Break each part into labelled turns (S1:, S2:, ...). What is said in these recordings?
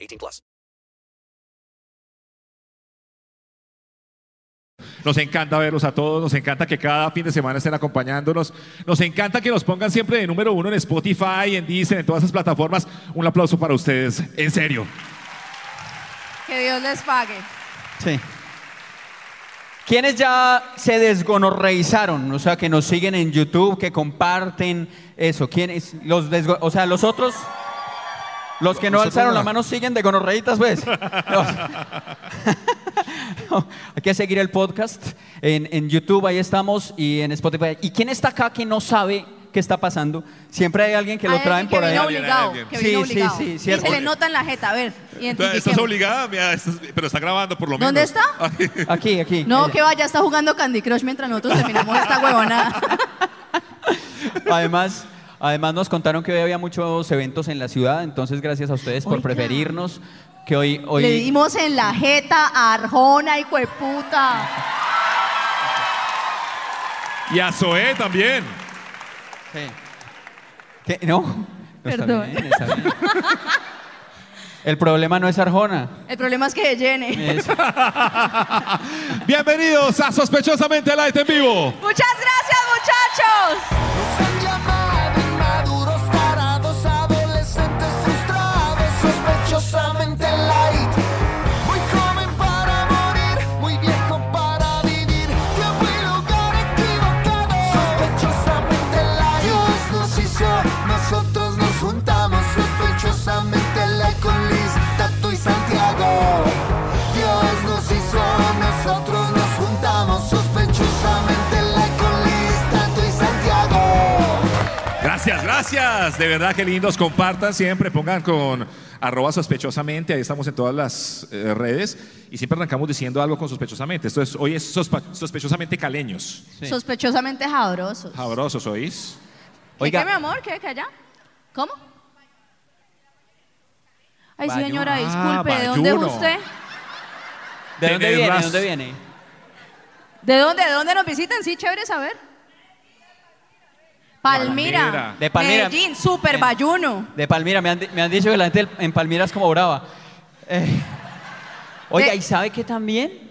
S1: 18 plus.
S2: Nos encanta verlos a todos, nos encanta que cada fin de semana estén acompañándonos, nos encanta que nos pongan siempre de número uno en Spotify, en Deezer, en todas esas plataformas. Un aplauso para ustedes, en serio.
S3: Que Dios les pague.
S4: Sí. Quienes ya se desgonorreizaron, o sea, que nos siguen en YouTube, que comparten eso. ¿Quiénes? Los desgo- o sea, los otros, los que no alzaron la mano siguen de gonorreitas, pues. Los- Hay que seguir el podcast en, en YouTube, ahí estamos, y en Spotify. ¿Y quién está acá que no sabe qué está pasando? Siempre hay alguien que lo
S3: Hay
S4: traen
S3: alguien que
S4: por ahí.
S3: vino
S2: Alguien,
S3: obligado,
S2: alguien.
S3: que vino
S4: Sí, sí,
S3: obligado.
S4: sí,
S3: y
S4: cierto.
S3: se le nota en la jeta, a ver,
S2: Esto es
S3: identifiquemos.
S2: obligada, mira, esto es- pero está grabando por lo menos.
S3: ¿Dónde está?
S4: Aquí, aquí.
S3: No,
S4: Ella.
S3: que vaya, está jugando Candy Crush mientras nosotros terminamos esta huevonada.
S4: Además, además nos contaron que hoy había muchos eventos en la ciudad, entonces gracias a ustedes por
S3: Oiga.
S4: preferirnos. Que hoy, hoy
S3: Le dimos en la jeta a Arjona, hijo de puta.
S2: Y a Zoé también.
S4: Sí. ¿Qué? No, no
S3: Perdón.
S4: Está bien, está bien. El problema no es Arjona.
S3: El problema es que se llene.
S4: es-
S2: Bienvenidos a Sospechosamente Light en vivo.
S3: Muchas gracias, muchachos.
S5: Nos han llamado inmaduros, parados, adolescentes frustrados, sospechosamente light. Muy joven para morir, muy viejo para vivir. Tiempo y lugar equivocado, sospechosamente light. Dios nos hizo, nosotros nos juntamos, sospechosamente light con Liz, Tato y Santiago. Dios nos hizo, nosotros nos juntamos, sospechosamente light con Liz, Tato y Santiago.
S2: Gracias, gracias. De verdad que lindos. Compartan siempre, pongan con arroba sospechosamente. Ahí estamos en todas las eh, redes. Y siempre arrancamos diciendo algo con sospechosamente. Esto es, hoy es sospa- sospechosamente caleños.
S4: Sí.
S3: Sospechosamente jabrosos.
S2: Sabrosos, ¿oís?
S3: Oiga. ¿Qué, mi
S4: Oiga,
S3: amor? ¿Qué, qué allá? ¿Cómo? Ay,
S4: Bayuno.
S3: señora,
S2: Ah,
S3: disculpe, ¿de dónde es
S2: Bayuno.
S3: usted?
S4: ¿de dónde
S2: tenés
S4: viene? ¿De
S2: raz-
S4: dónde viene?
S3: ¿De dónde, de dónde nos visitan? Sí, chévere saber. Palmira.
S2: Palmira.
S4: De Palmira. Eh.
S3: Medellín, super
S4: Bien.
S3: bayuno.
S4: De Palmira. Me han, di- me han dicho que la gente del- en Palmira es como brava. Eh, Oiga,
S3: De-
S4: ¿y sabe qué también?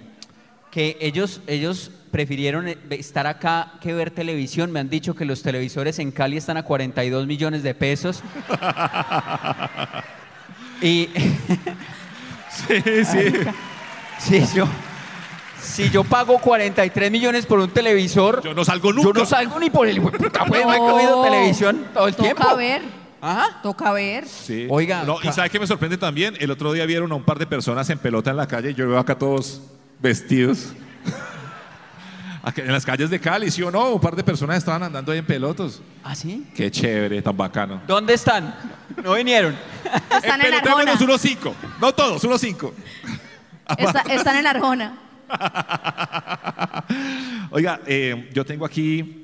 S4: Que ellos, ellos prefirieron eh, estar acá que ver televisión. Me han dicho que los televisores en Cali están a 42 millones de pesos. y
S2: Sí, sí.
S4: si yo, si yo pago 43 millones por un televisor,
S2: Yo no salgo
S4: yo
S2: nunca.
S4: no salgo ni por el puta, pues, no he
S3: No.
S4: comido televisión todo el
S3: Toca
S4: tiempo.
S3: ver,
S4: Ajá.
S3: toca ver.
S2: Sí.
S4: Oiga,
S2: No, y
S4: ca-
S2: sabe que me sorprende también. El otro día vieron a un par de personas en pelota en la calle. y Yo veo acá todos vestidos. Acá en las calles de Cali, ¿sí o no? Un par de personas estaban andando ahí en pelotos.
S4: ¿Ah, sí?
S2: Qué chévere, tan bacano.
S4: ¿Dónde están? No vinieron.
S3: Están en Arjona.
S2: Pelotémonos unos cinco. No todos, unos cinco.
S3: Está- están en Arjona.
S2: Oiga, eh, yo tengo aquí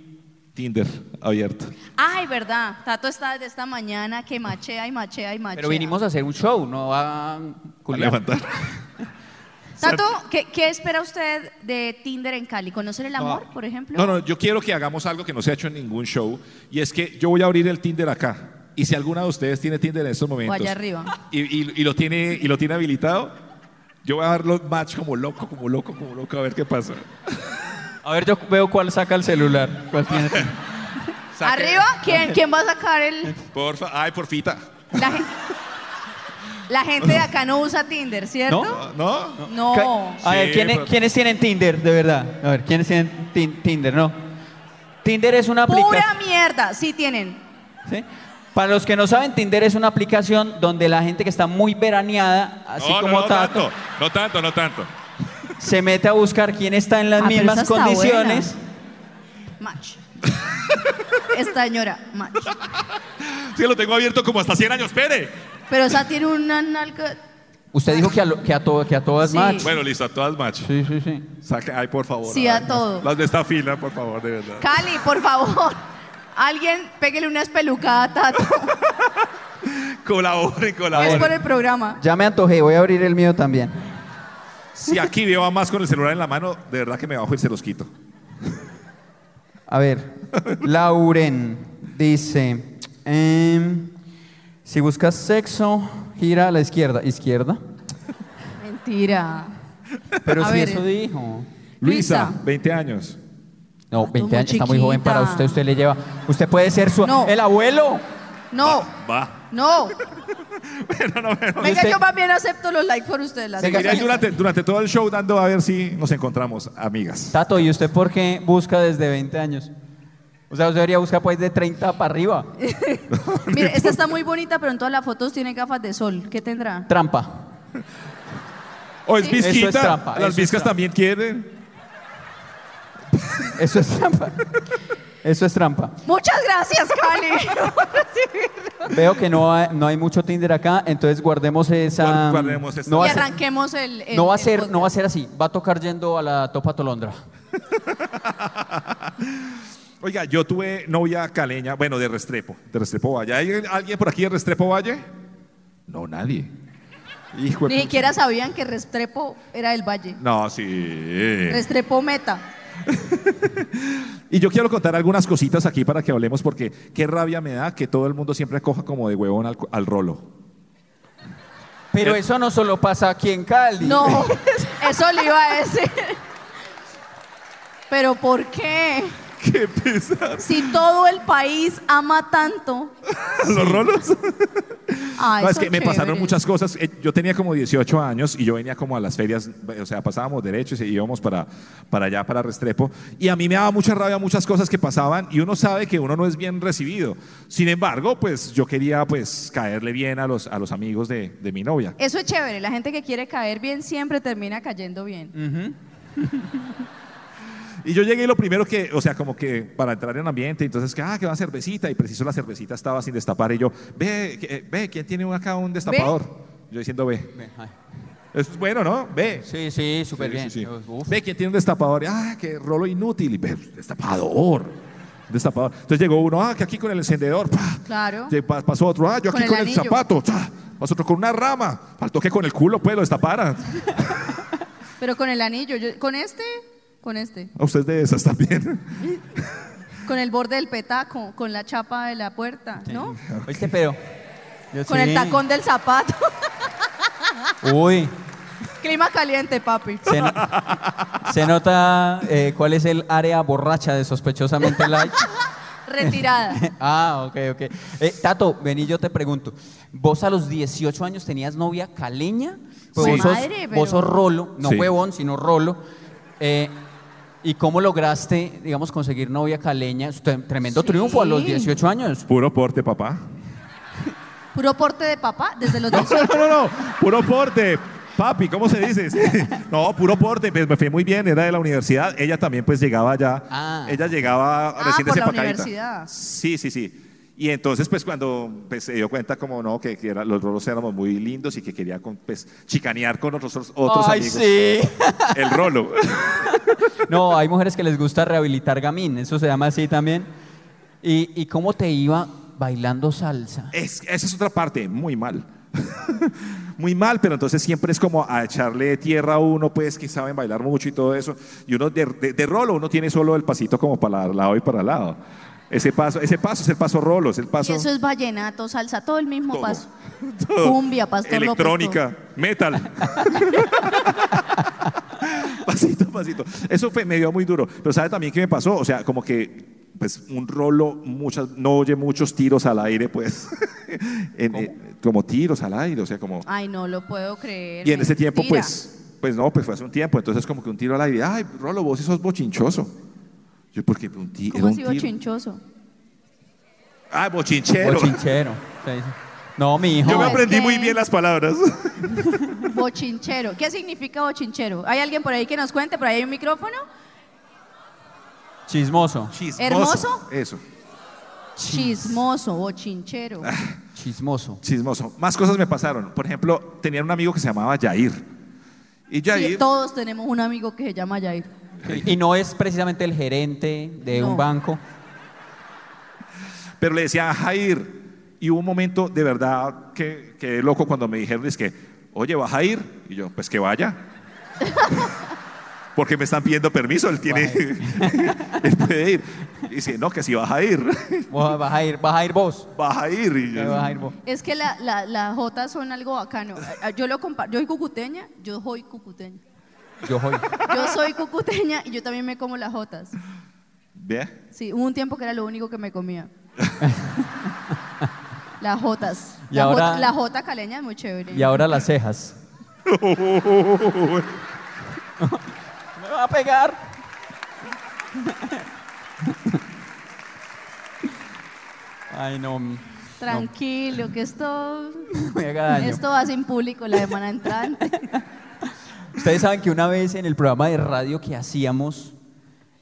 S2: Tinder abierto.
S3: Ay, verdad. Tato está desde esta mañana que machea y machea y machea.
S4: Pero vinimos a hacer un show, no a
S2: Para
S4: culiar.
S2: levantar.
S3: Tato, ¿qué, qué espera usted de Tinder en Cali? ¿Conocer el amor, por ejemplo?
S2: No, no, yo quiero que hagamos algo que no se ha hecho en ningún show. Y es que yo voy a abrir el Tinder acá. Y si alguna de ustedes tiene Tinder en estos momentos.
S3: allá arriba.
S2: Y, y- y lo tiene, y lo tiene habilitado. Yo voy a dar los match como loco, como loco, como loco, a ver qué pasa.
S4: A ver, yo veo cuál saca el celular. cuál tiene.
S2: Saque-
S3: ¿Arriba? ¿Quién, ¿Quién va a sacar el...?
S2: Porfa, ay, porfita.
S3: La, gen- la gente de acá no usa Tinder, ¿cierto?
S4: ¿No?
S2: ¿No?
S3: No.
S4: A ver,
S2: Sí,
S4: ¿quiénes-
S2: pero-
S4: ¿quiénes tienen Tinder, de verdad? A ver, ¿quiénes tienen tin- Tinder? No. Tinder es una
S3: Pura
S4: aplicación.
S3: mierda. Sí tienen.
S4: ¿sí? Para los que no saben, Tinder es una aplicación donde la gente que está muy veraneada, así
S2: no,
S4: como
S2: no, no
S4: Tato,
S2: tanto. No tanto, no tanto.
S4: se mete a buscar quién está en las
S3: Ah, pero
S4: mismas
S3: esa está
S4: condiciones.
S3: Match. Esta señora, match.
S2: Sí, lo tengo abierto como hasta 100 años, pere.
S3: Pero esa tiene una nalga
S4: Usted dijo que a, lo- que a, to- que a todas
S3: Sí.
S4: match.
S2: Bueno, listo, a todas match.
S4: Sí, sí, sí.
S2: Saque, ay, por favor.
S3: Sí, a
S2: ay,
S3: todo.
S2: Las de esta fila, por favor, de verdad.
S3: Cali, por favor. Alguien pégale una espelucada a Tato.
S2: Colaboren,
S3: es por
S2: colaboren.
S3: el programa.
S4: Ya me antojé, voy a abrir el mío también.
S2: Si aquí veo a más con el celular en la mano, de verdad que me bajo y se los quito.
S4: A ver, Lauren dice, em, si buscas sexo, gira a la izquierda. ¿Izquierda?
S3: Mentira.
S4: Pero
S3: A
S4: si
S3: ver, eh,
S4: eso dijo.
S2: Luisa,
S3: Luisa.
S2: 20 años.
S4: No,
S3: tú
S4: 20
S3: muy
S4: años, está muy joven para
S3: chiquita.
S4: usted, usted le lleva. Usted puede ser su...
S3: No.
S4: El abuelo.
S3: No,
S2: Va.
S3: no. Venga,
S4: Usted-
S3: yo más bien acepto los likes por ustedes. las
S4: Venga,
S3: dos.
S2: Seguiré durante, durante todo el show dando a ver si nos encontramos, amigas.
S4: Tato, ¿y usted por qué busca desde 20 años? O sea, usted debería buscar pues de 30 para arriba.
S3: Mire, esta está muy bonita, pero en todas las fotos tiene gafas de sol. ¿Qué tendrá?
S4: Trampa.
S2: O es
S4: Eso es
S2: visquita.
S4: trampa, eso
S2: Las
S4: es
S2: viscas
S4: trampa.
S2: también quieren.
S4: Eso es trampa. Eso es trampa.
S3: Muchas gracias, Cali. por recibirlo.
S4: Veo que no hay, no hay mucho Tinder acá, entonces guardemos esa.
S2: Guardemos esta.
S4: no va
S3: y
S4: a ser-
S3: arranquemos el, el-
S4: No va a
S3: el
S4: ser,
S3: podcast.
S4: no va a ser así. Va a tocar yendo a la Topa Tolondra.
S2: Oiga, yo tuve novia caleña, bueno, de Restrepo, de Restrepo Valle. ¿Hay alguien por aquí de Restrepo Valle? No, nadie. Hijo de
S3: Ni
S2: pu-
S3: siquiera sabían que Restrepo era del Valle.
S2: No, sí.
S3: Restrepo Meta.
S2: Y yo quiero contar algunas cositas aquí para que hablemos, porque qué rabia me da que todo el mundo siempre coja como de huevón al, al rolo. Eh,
S4: Pero eso no solo pasa aquí en Cali.
S3: No, eso le iba a decir. Pero ¿por qué?
S2: Qué pesar.
S3: Si todo el país ama tanto. Ah,
S2: ¿Los rolos?
S3: Ay,
S2: No, Ah, es
S3: son
S2: que me pasaron
S3: chéveres.
S2: muchas cosas. Eh, Yo tenía como 18 años y yo venía como a las ferias, o sea, pasábamos derechos y íbamos para, para allá, para Restrepo. Y a mí me daba mucha rabia muchas cosas que pasaban y uno sabe que uno no es bien recibido. Sin embargo, pues yo quería pues caerle bien a los, a los amigos de, de mi novia.
S3: Eso es chévere. La gente que quiere caer bien siempre termina cayendo bien.
S2: Mm. Y yo llegué y lo primero que, o sea, como que para entrar en ambiente, entonces, que, ah, que va cervecita. Y preciso la cervecita estaba sin destapar. Y yo, ve, que- eh, ve, ¿quién tiene acá un destapador? Yo diciendo, ve.
S4: Ay.
S2: Es bueno, ¿no? Ve.
S4: Sí, sí, súper bien.
S2: Sí, sí, sí.
S4: Uf.
S2: Ve quién tiene un destapador. Ah, qué rolo inútil. Y ve, destapador. Destapador. Entonces llegó uno, ah, que aquí con el encendedor. pa.
S3: Claro.
S2: Lleg- pa- Pasó otro, ah, yo aquí
S3: Con el
S2: con el,
S3: anillo.
S2: zapato. cha. Pasó otro con una rama. Faltó que con el culo, pues, lo destapara.
S3: Pero con el anillo. yo- con este, con este.
S2: A ustedes de esas también.
S3: Con el borde del petaco, con la chapa de la puerta, ¿no?
S4: Oíste, pero. Yo
S3: Con el
S4: sí.
S3: tacón del zapato.
S4: Uy,
S3: Clima caliente, papi.
S4: se, no- se nota eh, cuál es el área borracha de sospechosamente light.
S3: Retirada.
S4: ah, ok, ok. Eh, Tato, vení, yo te pregunto. ¿Vos a los 18 años tenías novia caleña? Pues
S3: Sí.
S4: vos, sos,
S3: Madre,
S4: vos
S3: pero-
S4: sos rolo, no
S2: Sí.
S4: huevón, sino rolo. Eh, ¿Y cómo lograste, digamos, conseguir novia caleña? Es tre- Tremendo
S3: Sí.
S4: triunfo a los 18 años.
S2: Puro porte, papá.
S3: Puro porte de papá desde los
S2: No,
S3: 18.
S2: no, no, no. Puro porte. Papi, ¿cómo se dice? Sí. No, puro porte. Pues me fue muy bien, era de la universidad. Ella también, pues, llegaba ya.
S4: Ah.
S2: Ella llegaba recién
S3: por la
S2: desempacadita.
S3: universidad.
S2: Sí, sí, sí. Y entonces, pues, cuando pues, se dio cuenta, como no, que, que era- los rolos éramos muy lindos y que quería con, pues, chicanear con otros, otros
S4: Ay,
S2: amigos.
S4: sí.
S2: El rolo.
S4: No, hay mujeres que les gusta rehabilitar gamín, eso se llama así también. ¿Y, y cómo te iba bailando salsa?
S2: Es- esa es otra parte, muy mal. muy mal, pero entonces siempre es como a echarle tierra a uno, pues que saben bailar mucho y todo eso. Y uno de, de- de rolo, uno tiene solo el pasito como para lado y para lado. Ese paso, ese paso es el paso rolo, es el
S3: Y
S2: paso
S3: eso es vallenato, salsa, todo el mismo
S2: Todo.
S3: paso.
S2: todo.
S3: cumbia, Pastor López,
S2: electrónica, metal. pasito, pasito. Eso fue, me dio muy duro. Pero ¿sabe también qué me pasó? O sea, como que pues un rolo muchas no oye muchos tiros al aire, pues. En- eh, como tiros al aire, o sea, como
S3: Ay, no lo puedo creer.
S2: y en ese tiempo,
S3: mentira.
S2: pues, pues no, pues fue hace un tiempo. Entonces, como que un tiro al aire. Ay, Rolo, vos sí sos bochinchoso. Yo, porque un ti-
S3: ¿Cómo
S2: era un
S3: así
S2: tiro.
S3: bochinchoso?
S2: Ah, bochinchero.
S4: Bochinchero. No, mi hijo.
S2: Yo me
S3: No, es
S2: aprendí
S3: que-
S2: muy bien las palabras.
S3: Bochinchero. ¿Qué significa bochinchero? ¿Hay alguien por ahí que nos cuente? ¿Por ahí hay un micrófono?
S4: Chismoso.
S2: Chismoso.
S3: ¿Hermoso?
S2: Eso.
S3: Chismoso, bochinchero.
S4: Chismoso.
S2: Chismoso. Más cosas me pasaron. Por ejemplo, tenía un amigo que se llamaba Jair. Y Jair.
S3: Sí, todos tenemos un amigo que se llama Jair.
S4: Y no es precisamente el gerente de
S3: No.
S4: un banco.
S2: Pero le decía Jair. Y hubo un momento de verdad que quedé loco cuando me dijeron, es que, oye, ¿vas a ir? Y yo, pues que vaya. Porque me están pidiendo permiso, él tiene, él puede ir. Y dice, no, que si vas a ir,
S4: Vos Vas a ir, vas a ir vos.
S2: vas a ir. Y yo,
S4: Vas a ir vos.
S3: Es que la- la- las Jotas son algo bacano. A- a- Yo lo compa- yo soy cucuteña, yo soy cucuteña.
S4: Yo soy.
S3: Yo soy cucuteña y yo también me como las Jotas.
S2: Ve,
S3: Sí, hubo un tiempo que era lo único que me comía. las Jotas.
S4: Y
S3: la,
S4: ahora-
S3: jota, la jota caleña es muy chévere.
S4: Y ahora las cejas. Me va a pegar. Ay, no. m-
S3: Tranquilo, que esto,
S4: Me haga daño.
S3: esto va sin público la semana entrante.
S4: Ustedes saben que una vez en el programa de radio que hacíamos,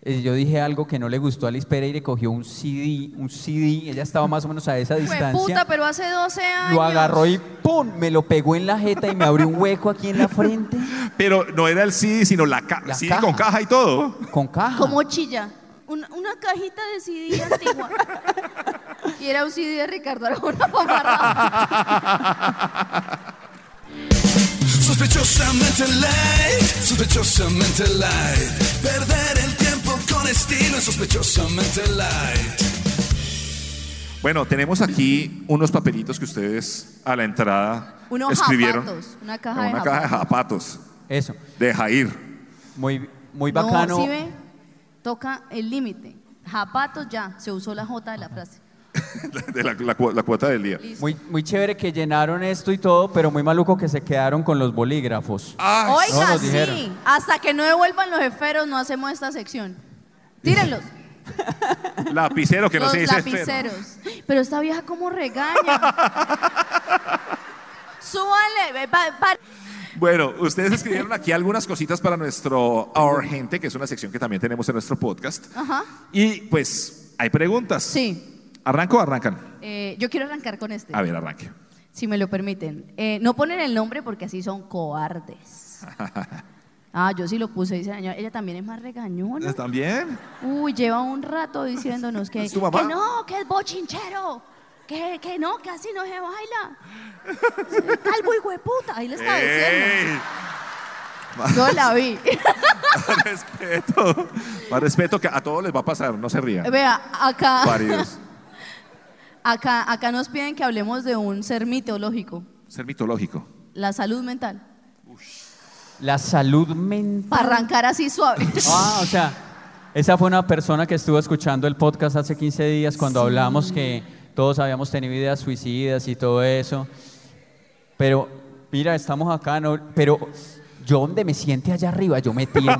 S4: eh, yo dije algo que no le gustó a Liz Pereira y cogió un CD, un CD, ella estaba más o menos a esa
S3: Fue
S4: distancia.
S3: puta, pero hace 12 años.
S4: Lo agarró y ¡pum! Me lo pegó en la jeta y me abrió un hueco aquí en la frente
S2: Pero no era el CD, sino la, ca-
S4: La
S2: CD
S4: caja.
S2: con caja y todo.
S4: con caja.
S3: Como chilla. Una, una cajita de CD antigua. y era un CD de Ricardo Arjona Paparra.
S6: Sospechosamente light, sospechosamente light. Perder el tiempo con estilo es sospechosamente light.
S2: Bueno, tenemos aquí unos papelitos que ustedes a la entrada
S3: Unos
S2: escribieron.
S3: zapatos, una caja de
S2: una caja de zapatos
S4: Eso,
S2: de Jair.
S4: muy, muy bacano.
S3: No, ¿sí ve? Toca el límite. Zapatos ya. Se usó la J de la frase.
S2: de la, la cu- la cuota del día.
S4: Muy, muy chévere que llenaron esto y todo, pero muy maluco que se quedaron con los bolígrafos.
S2: Ah,
S4: no
S3: Oiga,
S4: nos
S3: sí.
S4: dijeron.
S3: Hasta que no devuelvan los esferos, no hacemos esta sección. Tírenlos.
S2: lapicero que este, no
S3: los
S2: se dice esfero.
S3: lapiceros. Pero esta vieja cómo regaña. Súbanle. ve, pa- pa-
S2: Bueno, ustedes escribieron aquí algunas cositas para nuestro Our Gente, que es una sección que también tenemos en nuestro podcast.
S3: Ajá.
S2: Y pues hay preguntas.
S3: Ah. Sí.
S2: ¿Arranco o arrancan?
S3: Eh, yo quiero arrancar con este.
S2: A ver, arranque.
S3: Si me lo permiten. Eh, no ponen el nombre porque así son cobardes. Ah, yo sí lo puse, dice "Ay, Ella también es más regañona.
S2: ¿También?
S3: Uy, lleva un rato diciéndonos que,
S2: ¿Es tu mamá?
S3: que no, que es bochinchero. Que, que no, que así no se baila. Calvo hijo de puta. Ahí le estaba diciendo.
S2: ¡Ey!
S3: Yo la vi.
S2: Más respeto. Más respeto que a todos les va a pasar, no se rían.
S3: Vea, acá,
S2: Paridos.
S3: acá, acá nos piden que hablemos de un ser mitológico,
S2: Ser mitológico.
S3: la salud mental.
S4: La salud
S2: Ah.
S4: mental.
S3: Para arrancar así suave.
S4: Ah, o sea, esa fue una persona que estuvo escuchando el podcast hace 15 días cuando hablamos que todos habíamos tenido ideas suicidas y todo eso. Pero, mira, estamos acá, no, pero yo donde me siente allá arriba, yo me tiemblo.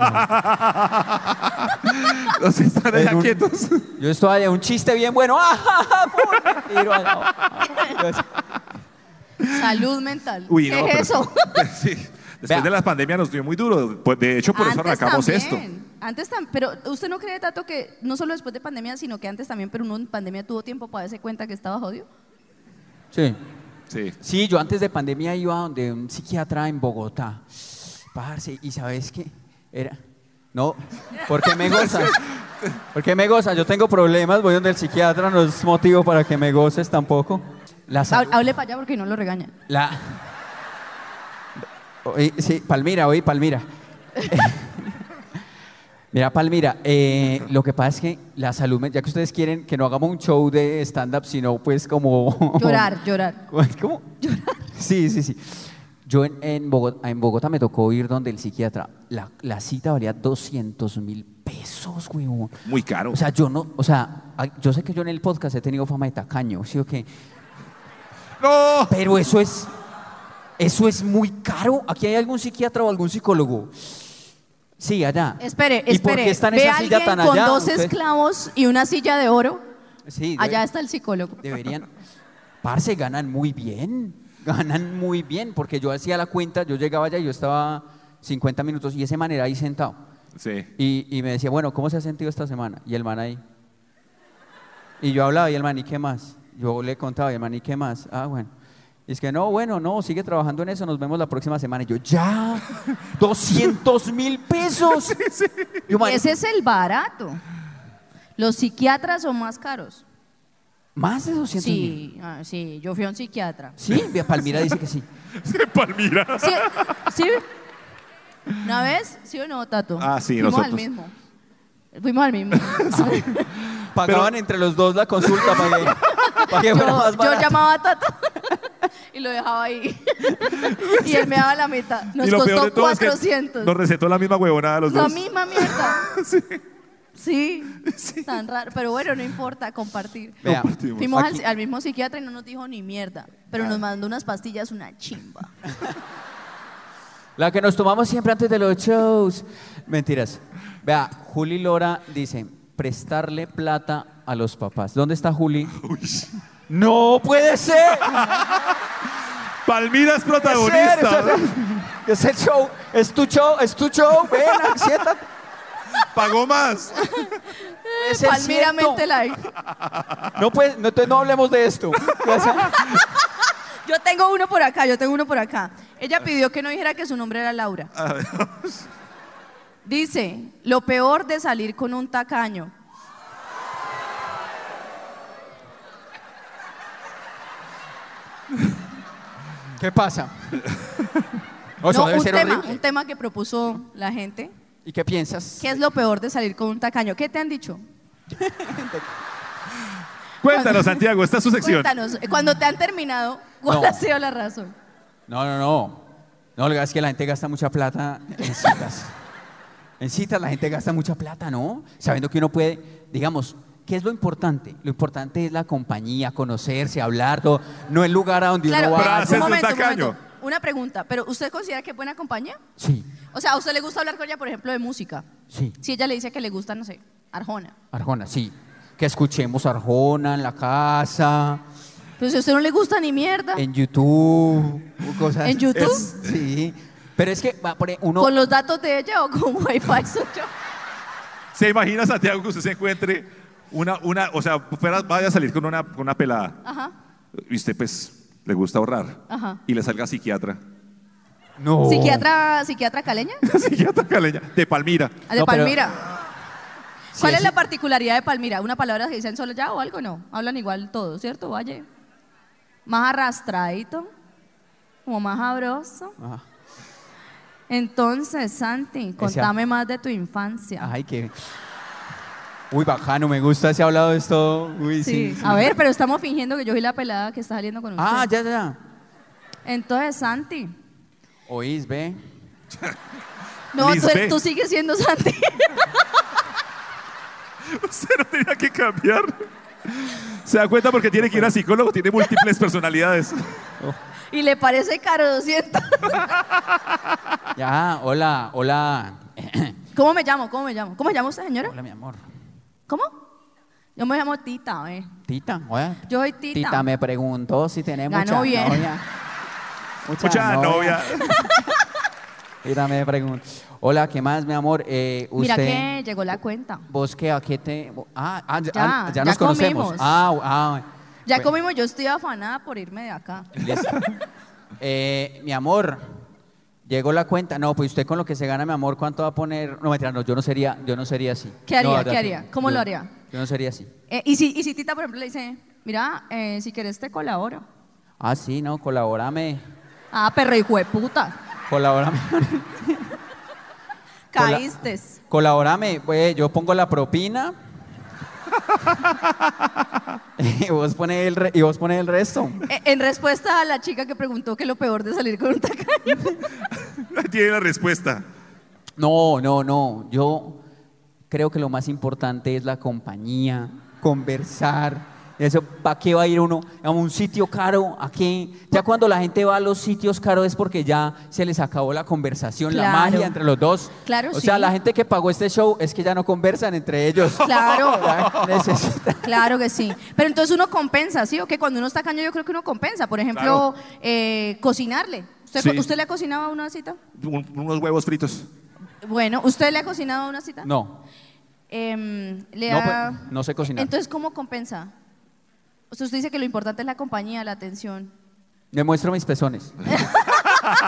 S2: Los están allá
S4: En un-
S2: quietos.
S4: Yo estoy allá, un chiste bien bueno. ¡Ah, ja, ja! ¡Pum! Me tiro ah, allá.
S3: salud mental.
S2: Uy,
S3: ¿Qué
S2: no,
S3: es
S2: pero-
S3: eso?
S2: Sí. Después
S4: Vea.
S2: de la pandemia nos dio muy duro. Pues, De hecho, por eso
S3: Antes
S2: arrancamos esto.
S3: también, Antes también, pero usted no cree, Tato, que no solo después de pandemia, sino que antes también, pero uno en pandemia tuvo tiempo para darse cuenta que estaba jodido.
S4: Sí.
S2: Sí.
S4: Sí, yo antes de pandemia iba donde un psiquiatra en Bogotá. Parce, ¿y sabes qué? Era. No, porque me goza. Porque me goza. Yo tengo problemas, voy donde el psiquiatra, no es motivo para que me goces tampoco. La
S3: Hab-
S4: salud.
S3: Hable para allá porque no lo regañan.
S4: La. Oí- sí, Palmira, oí, Palmira. Mira, Palmira, eh, lo que pasa es que la salud, men- ya que ustedes quieren que no hagamos un show de stand-up, sino pues como.
S3: Llorar, llorar.
S4: ¿Cómo? Sí, sí, sí. Yo en, en Bogotá, en Bogotá me tocó ir donde el psiquiatra. La, la cita valía 200 mil pesos, güey.
S2: Muy caro.
S4: O sea, yo no, o sea, a- yo sé que yo en el podcast he tenido fama de tacaño, ¿sí o qué?
S2: ¡No!
S4: Pero eso es, eso es muy caro. ¿Aquí hay algún psiquiatra o algún psicólogo? Sí, allá.
S3: Espere,
S4: ¿Y por
S3: espere.
S4: qué está en
S3: Ve
S4: esa
S3: a
S4: silla
S3: alguien
S4: tan
S3: con
S4: allá?
S3: dos
S4: Usted-
S3: esclavos y una silla de oro.
S4: Sí, debe-
S3: Allá está el psicólogo.
S4: Deberían. Parce, ganan muy bien. Ganan muy bien. Porque yo hacía la cuenta, yo llegaba allá y yo estaba 50 minutos y ese man era ahí sentado.
S2: Sí.
S4: Y, y me decía, bueno, ¿cómo se ha sentido esta semana? Y el man ahí. Y yo hablaba y el man, ¿y qué más? Yo le contaba, y el man, ¿y qué más? Ah, bueno. Y es que no, bueno, no, sigue trabajando en eso, nos vemos la próxima semana. Y yo, ya, 200 mil pesos. Yo, man,
S3: Ese es el barato. Los psiquiatras son más caros.
S4: Más de 200 mil.
S3: Sí, ah, sí, yo fui a un psiquiatra.
S4: Sí, vea, Palmira dice que sí.
S2: Palmira.
S3: ¿Sí? ¿Sí? ¿Una vez? ¿Sí o no, Tato?
S2: Ah, sí,
S3: Fuimos al
S2: nosotros.
S3: mismo. Fuimos al mismo.
S4: Pagaban entre los dos la consulta para que, para que fuera
S3: yo,
S4: más
S3: yo
S4: barato.
S3: llamaba a Tato y lo dejaba ahí. y él me daba la mitad. Nos
S2: y lo peor de
S3: costó
S2: todo es que
S3: 400.
S2: nos recetó la misma huevonada a los
S3: La
S2: dos.
S3: misma mierda. sí. Tan raro. Pero bueno, no importa, compartir.
S4: Vea,
S3: Fuimos al,
S4: aquí-
S3: al mismo psiquiatra y no nos dijo ni mierda, pero nos mandó unas pastillas, una chimba.
S4: La que nos tomamos siempre antes de los shows. Mentiras. Vea, Juli Lora dice, prestarle plata a los papás. ¿Dónde está Juli? No puede ser.
S2: Palmira es
S4: puede ser,
S2: protagonista.
S4: eso Es, es el show. Es tu show. Es tu show. Ven, siéntate.
S2: Pagó más.
S4: Es el
S3: Palmira
S4: ciento.
S3: Mentelife.
S4: No, puede, no, entonces no hablemos de esto.
S3: Yo tengo uno por acá, yo tengo uno por acá. Ella pidió que no dijera que su nombre era Laura. Dice, lo peor de salir con un tacaño.
S4: ¿Qué pasa? Eso
S3: no,
S4: debe
S3: un
S4: ser
S3: tema,
S4: horrible.
S3: un tema que propuso la gente.
S4: ¿Y qué piensas?
S3: ¿Qué es lo peor de salir con un tacaño? ¿Qué te han dicho?
S2: Cuéntanos, Santiago, esta es su sección.
S3: Cuéntanos, eh, cuando te han terminado, ¿cuál
S4: No.
S3: ha sido la razón?
S4: No, no, no. No, lo que pasa es que la gente gasta mucha plata en citas. en citas la gente gasta mucha plata, ¿no? Sabiendo que uno puede, digamos, ¿qué es lo importante? Lo importante es la compañía, conocerse, hablar, todo. No el lugar a donde
S3: Claro,
S4: uno
S2: Pero
S4: va.
S3: pero,
S2: haces un
S3: un momento, un
S2: tacaño.
S3: momento. Una pregunta, pero ¿usted considera que es buena compañía?
S4: Sí,
S3: O sea, ¿a usted le gusta hablar con ella, por ejemplo, de música?
S4: sí.
S3: Si ella le dice que le gusta, no sé, Arjona.
S4: Arjona, sí. Que escuchemos Arjona en la casa,
S3: Pero si a usted no le gusta ni mierda,
S4: en YouTube, cosas.
S3: ¿En YouTube?
S4: Es- sí. Pero es que va, por- e-, uno.
S3: ¿con los datos de ella o con Wi-Fi suyo?
S2: ¿Se imagina, Santiago, que usted se encuentre una, una, o sea, fuera- vaya a salir con una, con una pelada
S3: Ajá.
S2: y usted, pues, le gusta ahorrar
S3: Ajá.
S2: y le salga psiquiatra.
S4: No.
S3: ¿Psiquiatra, psiquiatra caleña?
S2: psiquiatra caleña, de Palmira.
S3: Ah, De
S4: No, pero-
S3: Palmira.
S4: Sí,
S3: ¿Cuál es
S4: sí.
S3: la particularidad de Palmira? ¿Una palabra que dicen solo ya o algo? No. Hablan igual todos, ¿cierto? Valle. Más arrastradito, como más sabroso.
S4: Ajá.
S3: Entonces, Santi, contame más de tu infancia.
S4: Ay, qué. Uy, bacano, me gusta ese hablado de esto. Uy, sí.
S3: Sí. A ver, pero estamos fingiendo que yo soy la pelada que está saliendo con usted.
S4: Ah, ya, ya, ya.
S3: Entonces, Santi.
S4: Oís, ve.
S3: No, tú,
S2: Lisbeth.
S3: tú sigues siendo Santi.
S2: Usted no tenía que cambiar. Se da cuenta porque tiene que ir a psicólogo, tiene múltiples personalidades.
S3: y le parece caro 200.
S4: Ya, hola, hola.
S3: ¿Cómo me llamo? ¿Cómo me llamo? ¿Cómo me llama usted, señora?
S4: Hola, mi amor.
S3: ¿Cómo? Yo me llamo Tita, ¿eh?
S4: Tita, hola.
S3: Yo soy Tita.
S4: Tita me preguntó si tenemos
S3: Ganó
S4: mucha
S3: bien.
S4: novia. Mucha,
S2: Mucha novia.
S4: Tita me preguntó. Hola, ¿qué más, mi amor? Eh,
S3: Mira
S4: usted,
S3: que llegó la cuenta.
S4: ¿Vos qué? ¿A qué te...? Ah, ah, ya,
S3: Ya,
S4: ah,
S3: ya
S4: ya nos conocemos.
S3: comimos.
S4: Ah, ah.
S3: Ya
S4: bueno.
S3: comimos, yo estoy afanada por irme de acá.
S4: Listo. Eh, mi amor, llegó la cuenta. No, pues usted con lo que se gana, mi amor, ¿cuánto va a poner? No, mentira, no, yo no sería, yo no sería así.
S3: ¿Qué haría?
S4: No,
S3: ¿Qué
S4: ya-
S3: haría? ¿Cómo
S4: yo-
S3: lo haría?
S4: Yo no sería así.
S3: Eh, y, si, y si Tita, por ejemplo, le dice, mira, eh, si querés te colaboro.
S4: Ah, sí, no, colabórame.
S3: Ah, perro hijo de puta.
S4: Colabórame. Cola-
S3: Caíste. Eh,
S4: colabórame, pues yo pongo la propina. y vos pones el, re- y vos pones el resto.
S3: Eh, en respuesta a la chica que preguntó que lo peor de salir con un tacaño.
S2: Tiene la respuesta.
S4: No, no, no. Yo creo que lo más importante es la compañía, conversar. Eso, ¿para qué va a ir uno a un sitio caro? ¿A qué? Ya cuando la gente va a los sitios caros es porque ya se les acabó la conversación, la
S3: Claro.
S4: magia entre los dos.
S3: Claro,
S4: O sea,
S3: sí.
S4: la gente que pagó este show es que ya no conversan entre ellos.
S3: Claro.
S4: Ya necesita-
S3: Claro que sí. Pero entonces uno compensa, ¿sí? O que cuando uno está tacaño yo creo que uno compensa. Por ejemplo, eh, cocinarle. ¿Usted,
S2: Sí.
S3: ¿Usted le ha cocinado a una cita?
S2: Un- unos huevos fritos.
S3: Bueno, ¿usted le ha cocinado a una cita?
S4: No,
S3: Em, le
S4: No,
S3: ha-
S4: pues, no sé cocinar.
S3: Entonces, ¿cómo compensa? O sea, usted dice que lo importante es la compañía, la atención.
S4: Le muestro mis pezones.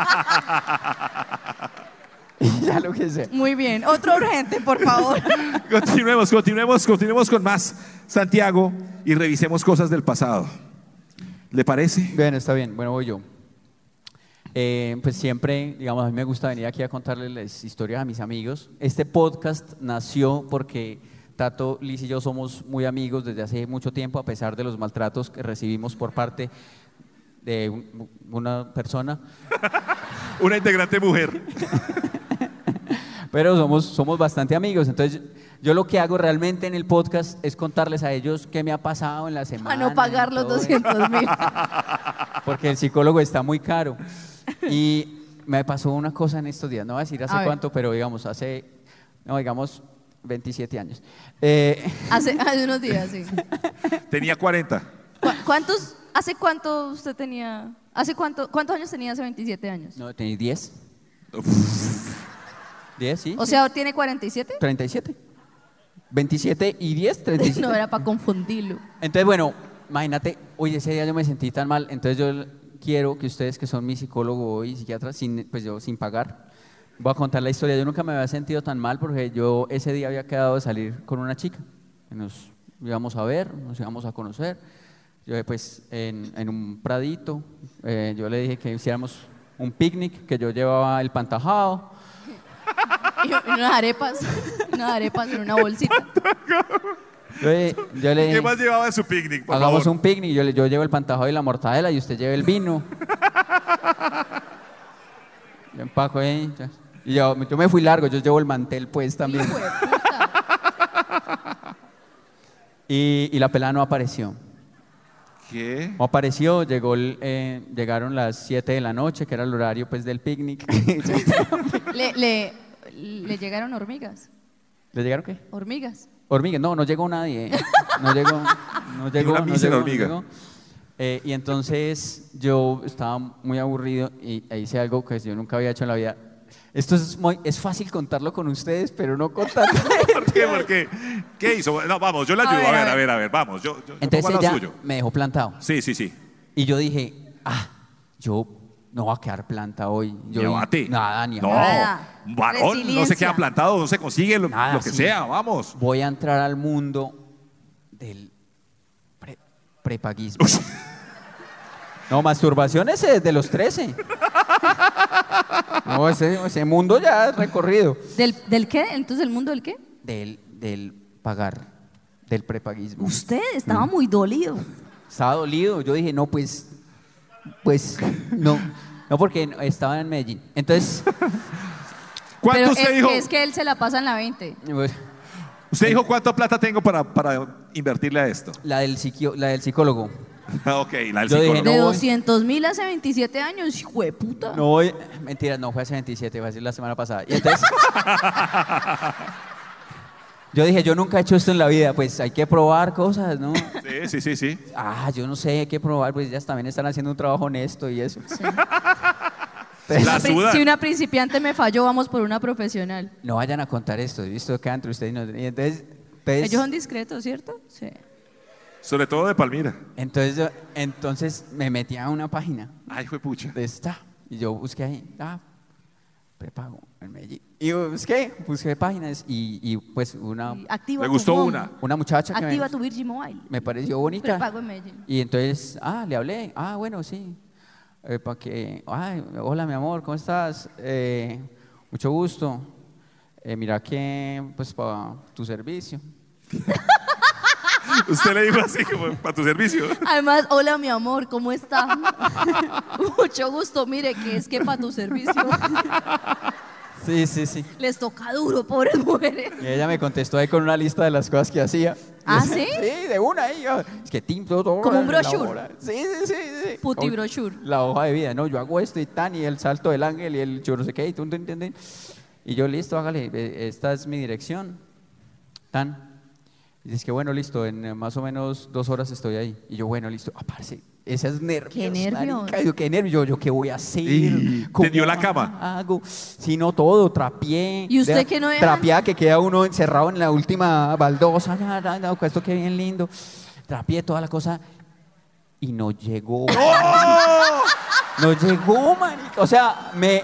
S4: Y ya lo que sé.
S3: Muy bien. Otro urgente, por favor.
S2: Continuemos, continuemos, continuemos con más, Santiago, y revisemos cosas del pasado. ¿Le parece?
S4: Bien, está bien. Bueno, voy yo. Eh, pues siempre, digamos, a mí me gusta venir aquí a contarles las historias a mis amigos. Este podcast nació porque Tato, Liz y yo somos muy amigos desde hace mucho tiempo, a pesar de los maltratos que recibimos por parte de un- una persona.
S2: Una integrante mujer.
S4: Pero somos, somos bastante amigos. Entonces, yo lo que hago realmente en el podcast es contarles a ellos qué me ha pasado en la semana.
S3: A no pagar
S4: y
S3: los
S4: todo eso.
S3: 200 mil.
S4: Porque el psicólogo está muy caro. Y me pasó una cosa en estos días, no voy a decir hace
S3: A ver.
S4: cuánto, pero digamos, hace, no, digamos, 27 años. Eh,
S3: Hace, hace unos días, sí.
S2: Tenía 40.
S3: ¿Cu- ¿Cuántos, ¿Hace cuánto usted tenía? ¿Hace cuánto, cuántos años tenía hace 27 años?
S4: no, tenía 10. 10, sí.
S3: O sea, ¿tiene 47?
S4: 37. 27 y 10, 37.
S3: No, era para confundirlo.
S4: Entonces, bueno, imagínate, hoy ese día yo me sentí tan mal, entonces yo quiero que ustedes que son mi psicólogo hoy, psiquiatra, sin, pues yo sin pagar, voy a contar la historia. Yo nunca me había sentido tan mal porque yo ese día había quedado de salir con una chica. Nos íbamos a ver, nos íbamos a conocer. Yo pues en, en un pradito, eh, yo le dije que hiciéramos un picnic, que yo llevaba el pantajado.
S3: Y y unas arepas, unas arepas en una bolsita.
S4: Yo, le- yo le
S2: ¿Qué
S4: dije,
S2: más llevaba de su picnic? Por
S4: hagamos
S2: favor?
S4: un picnic, yo, le- yo llevo el pantajado y la mortadela y usted lleve el vino. Yo empaco ahí. ya. Y yo, yo me fui largo, yo llevo el mantel pues también.
S3: Hijo de puta.
S4: Y, y la pelada no apareció.
S2: ¿Qué?
S4: No apareció, llegó el, eh, llegaron las 7 de la noche, que era el horario pues del picnic.
S3: Le, le, le llegaron hormigas.
S4: ¿Le llegaron qué?
S3: Hormigas.
S4: Hormiga, no, no llegó nadie. ¿eh? No llegó, no llegó,
S2: una
S4: no
S2: mísera
S4: llegó, no
S2: hormiga.
S4: llegó. Eh, y entonces yo estaba muy aburrido y e hice algo que yo nunca había hecho en la vida. Esto es muy, es fácil contarlo con ustedes, pero no contarlo.
S2: ¿Por qué? ¿Por qué? ¿Qué hizo? No, vamos, yo le
S3: A
S2: ayudo. A
S3: ver,
S2: ver,
S3: a
S2: a ver, a ver, vamos. Yo, yo, yo pongo
S4: Entonces
S2: al lado
S4: ella
S2: suyo.
S4: me dejó plantado.
S2: Sí, sí, sí.
S4: Y yo dije, ah, yo no voy a quedar planta hoy. Yo
S2: Yo bate.
S4: nada, ni a-
S2: No,
S3: Nada.
S2: un varón, no se
S3: Resiliencia.
S2: queda plantado, no se consigue lo,
S4: Nada,
S2: lo que
S4: sí.
S2: sea, vamos.
S4: Voy a entrar al mundo del pre- prepaguismo. No, masturbación ese desde los 13. No, ese, ese mundo ya es recorrido.
S3: ¿Del, ¿Del qué? Entonces, ¿el mundo del qué?
S4: Del, del pagar, del prepaguismo.
S3: Usted
S2: Mm.
S3: estaba muy dolido.
S4: Estaba dolido. Yo dije, no, pues, pues, no. No, porque estaba en Medellín. Entonces,
S2: ¿Cuánto
S3: Pero
S2: usted
S3: es,
S2: dijo?
S3: que es que él se la pasa en la 20.
S4: pues,
S2: Usted dijo cuánta plata tengo para, para invertirle a esto.
S4: la del, psiquio- la del psicólogo.
S2: ok, la del
S4: Yo dije,
S2: psicólogo.
S3: De
S4: voy.
S3: 200 mil hace 27 años, hijo de puta.
S4: No voy. Mentira, no, fue hace 27, fue hace la semana pasada. Y entonces. yo dije, yo nunca he hecho esto en la vida, pues hay que probar cosas, ¿no?
S2: Sí, sí, sí, sí.
S4: Ah, yo no sé, hay que probar, pues ellas también están haciendo un trabajo honesto y eso.
S3: Sí.
S2: La suda.
S3: Pri- pues, Si una principiante me falló, vamos por una profesional.
S4: No vayan a contar esto, ¿listo? Queda entre ustedes y nosotros. Y entonces, entonces,
S3: Ellos son discretos, ¿cierto? Sí.
S2: Sobre todo de Palmira.
S4: entonces, yo- entonces me metí a una página
S2: Ay, fue pucha.
S4: de esta y yo busqué ahí, ah, prepago en Medellín. Y busqué, busqué páginas y, y, pues una,
S3: Y Activa
S2: Me
S3: tu
S2: gustó
S3: phone.
S2: una.
S4: una muchacha que me-
S3: Activa tu Virgin Mobile.
S4: me pareció bonita.
S3: Prepago en Medellín.
S4: Y entonces, ah, le hablé, ah, bueno, sí. para que, ay, hola, mi amor, ¿cómo estás? Eh, mucho gusto. Eh, mira que, pues, para tu servicio.
S2: Usted le dijo así como para tu servicio.
S3: Además, hola mi amor, ¿cómo está? Mucho gusto, mire, que es que para tu servicio
S4: Sí, sí, sí.
S3: les toca duro, pobres mujeres.
S4: Y ella me contestó ahí con una lista de las cosas que hacía.
S3: ¿Ah,
S4: Y-
S3: sí?
S4: Sí, de una ahí. ah, Es que Tim, todo, todo,
S3: Como un
S4: la
S3: brochure.
S4: hora. Sí, sí, sí. sí.
S3: Puti
S4: Como
S3: brochure.
S4: La hoja de vida, ¿no? Yo hago esto y tan, y el salto del ángel y el yo no sé qué, y tú, Y yo, listo, hágale, eh, esta es mi dirección. Tan. Y dice que, bueno, listo, en eh, más o menos dos horas estoy ahí. Y yo, bueno, listo. Ah, parce, esas nervios.
S3: Qué nervios.
S4: marica, yo, qué nervios. Yo, yo, ¿qué voy a hacer?
S2: Y
S4: ¿Cómo
S2: tendió la cama.
S4: Hago. Si no todo, trapié.
S3: ¿Y usted
S4: Vea,
S3: que no deja-
S4: Trapeada que queda uno encerrado en la última baldosa. Ya, ya, ya, esto que bien lindo. Trapié toda la cosa. y no llegó. No llegó, marica. O sea, me...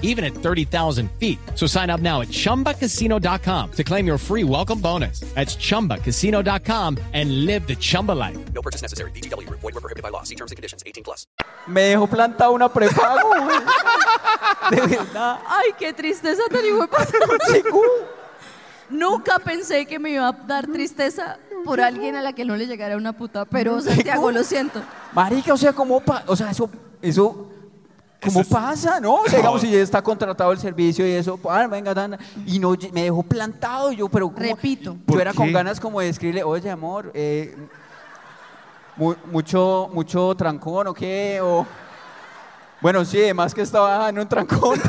S7: even at 30,000 feet. So sign up now at ChumbaCasino.com to claim your free welcome bonus. That's ChumbaCasino.com and live the Chumba life.
S1: No purchase necessary. BGW. Void were prohibited by law. See terms and conditions. 18 plus.
S4: Me dejó plantada una prepago. güey. De verdad.
S3: Ay, qué tristeza tan hijueputa.
S4: Llegó.
S3: Nunca pensé que me iba a dar tristeza por alguien a la que no le llegara una puta, pero Santiago, lo siento.
S4: Marica, o sea, ¿cómo pa- O sea, eso... eso ¿Cómo pasa, no? O sea, digamos, si ya está contratado el servicio y eso, ah, venga, dan, y no, lle- me dejó plantado, yo, pero ¿cómo?
S3: Repito.
S4: Yo
S2: ¿Por
S4: era con
S2: qué?
S4: ganas como de escribirle, oye, amor, eh, mu- mucho, mucho trancón, ¿o qué? O... Bueno, sí, además que estaba en un trancón.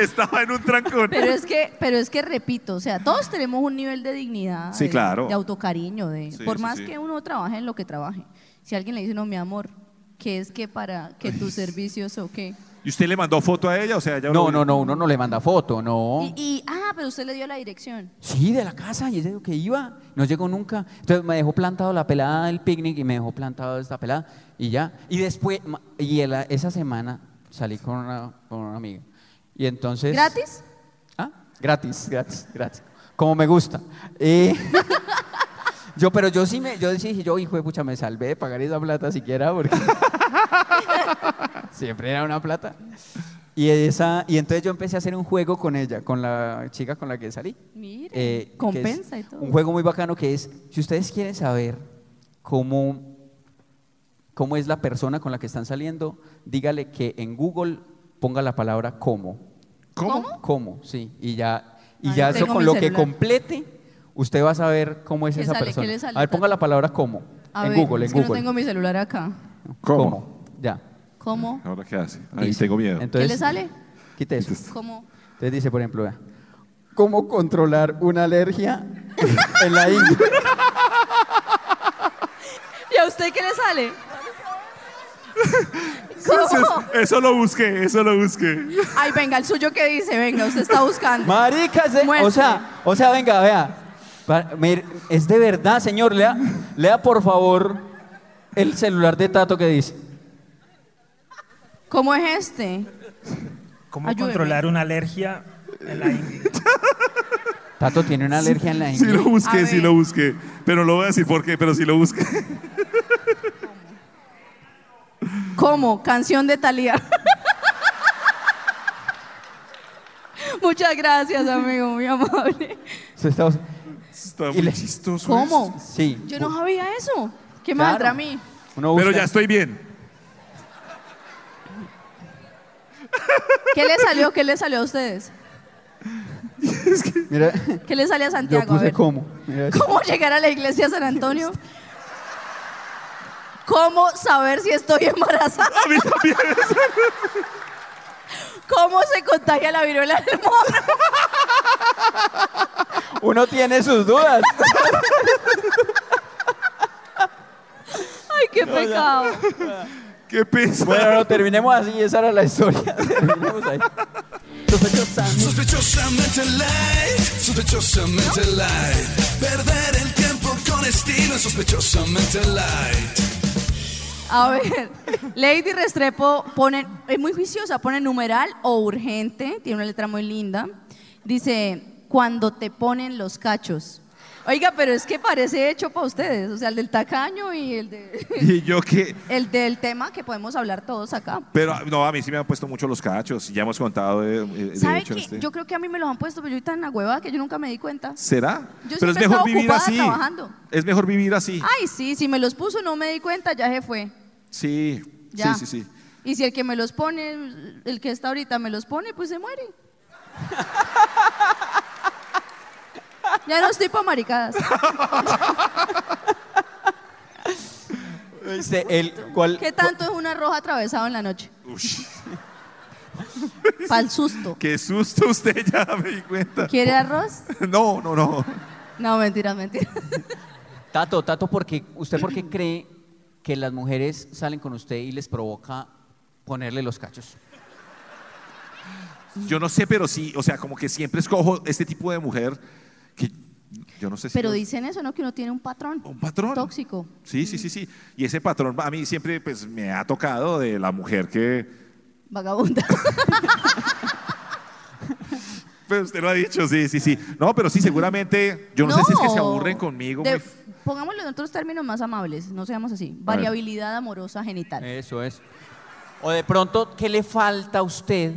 S2: Estaba en un trancón.
S3: Pero es que, pero es que repito, o sea, todos tenemos un nivel de dignidad,
S2: Sí,
S3: de,
S2: claro.
S3: de autocariño, de
S2: Sí,
S3: por
S2: sí,
S3: más
S2: sí.
S3: que uno trabaje en lo que trabaje. Si alguien le dice, no, mi amor, que es que para que tus servicios o qué.
S2: ¿Y usted le mandó foto a ella? O sea, ella
S4: No,
S2: lo-
S4: no, no, uno no le manda foto, no.
S3: Y, y, ah, pero usted le dio la dirección.
S4: Sí, de la casa, y es de lo que iba, no llegó nunca. Entonces me dejó plantado la pelada del picnic y me dejó plantado esta pelada y ya. Y después, ma- y el- esa semana salí con una, con una amiga. Y entonces...
S3: ¿Gratis?
S4: ¿Ah? Gratis, gratis, gratis. Como me gusta. Eh, yo, pero yo sí me, yo sí dije, yo, hijo de pucha, me salvé de pagar esa plata siquiera porque siempre era una plata. Y, esa, y entonces yo empecé a hacer un juego con ella, con la chica con la que salí.
S3: Mire,
S4: Eh, que
S3: compensa
S4: es
S3: y todo.
S4: Un juego muy bacano que es, si ustedes quieren saber cómo, cómo es la persona con la que están saliendo, dígale que en Google ponga la palabra cómo.
S3: ¿Cómo?
S4: ¿Cómo? Sí, y ya, y
S3: Ah, yo
S4: ya eso
S3: tengo
S4: con
S3: mi
S4: lo que
S3: celular.
S4: complete, usted va a saber cómo es
S3: ¿Qué
S4: esa
S3: sale? ¿Qué
S4: persona.
S3: le sale?
S4: a ver, ponga la palabra cómo.
S3: A
S4: en
S3: ver,
S4: Google, en
S3: es que no
S4: Google.
S3: tengo mi celular acá.
S2: ¿Cómo?
S4: Ya.
S3: ¿Cómo?
S2: ¿Ahora qué hace? Ahí
S4: Listo.
S2: tengo miedo.
S4: Entonces,
S3: ¿Qué le sale?
S4: Quite eso.
S3: ¿Cómo?
S4: Entonces dice, por ejemplo, vea, ¿cómo controlar una alergia en la ingle?
S3: ¿Y a usted qué le sale? ¿Cómo?
S2: Eso lo busqué, eso lo busqué.
S3: Ay, venga, el suyo que dice, venga, usted está buscando.
S4: Maricas, eh, o
S3: Muerte.
S4: sea, o sea, venga, vea. Pa- mir- Es de verdad, señor, lea, lea por favor el celular de Tato que dice.
S3: ¿Cómo es este?
S8: ¿Cómo
S3: Ayúdeme.
S8: controlar una alergia en la ingle?
S4: Tato tiene una alergia en la
S2: Sí
S4: ingle.
S2: lo busqué,
S3: A
S2: sí
S3: ver.
S2: lo busqué. Pero no voy a decir por qué, pero sí lo busqué.
S3: ¿Cómo? Canción de Talía. Muchas gracias, amigo, muy amable.
S4: Se está-
S2: Está
S4: Y
S2: muy
S4: le-
S2: chistoso.
S3: ¿Cómo?
S4: Sí.
S3: Yo no sabía eso. ¿Qué
S4: Claro.
S3: más saldrá a mí?
S4: Uno
S2: Pero
S4: busca-
S2: ya estoy bien.
S3: ¿Qué le salió? ¿Qué le salió a ustedes?
S4: Mira,
S3: ¿Qué le sale a
S4: yo
S3: Santiago? A
S4: puse
S3: ver.
S4: cómo. Mira,
S3: ¿Cómo llegar a la iglesia de San Antonio? ¿Cómo saber si estoy embarazada?
S2: A mí también.
S3: ¿Cómo se contagia la viruela del mono?
S4: Uno tiene sus dudas.
S3: Ay, qué pecado.
S2: Qué pesa.
S4: Bueno, no, terminemos así, esa era la historia. Terminemos ahí. Sospechosamente.
S6: Sospechosamente light, sospechosamente light. Perder el tiempo con estilo es sospechosamente light.
S3: A ver, Lady Restrepo pone, es muy juiciosa, pone numeral o urgente, tiene una letra muy linda. Dice, cuando te ponen los cachos. Oiga, pero es que parece hecho para ustedes, o sea, el del tacaño y el, de,
S2: Y yo qué.
S3: el del tema que podemos hablar todos acá.
S2: Pero no, a mí sí me han puesto mucho los cachos. Ya hemos contado de, de- de
S3: ¿Sabe
S2: hecho
S3: qué?
S2: este.
S3: Yo creo que a mí me los han puesto, pero yo tan a huevada que yo nunca me di cuenta.
S2: ¿Será?
S3: Yo
S2: pero es
S3: siempre he
S2: mejor
S3: estado
S2: vivir
S3: ocupada
S2: así.
S3: trabajando.
S2: Es mejor vivir así.
S3: Ay, sí, si me los puso no me di cuenta, ya se fue.
S2: Sí.
S3: Ya.
S2: Sí, sí, sí.
S3: Y si el que me los pone, el que está ahorita me los pone, pues se muere. ya no estoy para maricadas.
S4: Dice, el, ¿cuál,
S3: ¿Qué tanto es una roja atravesado en la noche?
S2: Ush.
S3: Pa'l susto.
S2: Qué susto usted, ya me di cuenta.
S3: ¿Quiere arroz?
S2: No, no, no.
S3: No, mentira, mentira.
S4: Tato, Tato, porque ¿usted por qué cree que las mujeres salen con usted y les provoca ponerle los cachos?
S2: Yo no sé, pero sí, o sea, como que siempre escojo este tipo de mujer que yo no sé si.
S3: Pero
S2: lo-
S3: dicen eso, ¿no? Que uno tiene un patrón.
S2: Un patrón.
S3: Tóxico.
S2: Sí, sí, sí, sí. Y ese patrón a mí siempre pues, me ha tocado de la mujer que.
S3: Vagabunda.
S2: Pero pues, usted lo ha dicho, sí, sí, sí. No, pero sí, seguramente. Yo no, sé si es que se aburren conmigo.
S3: De-
S2: muy-
S3: Pongámoslo en otros términos más amables, no seamos así. Variabilidad amorosa genital.
S2: Eh.
S4: Eso es. O de pronto, ¿qué le falta a usted?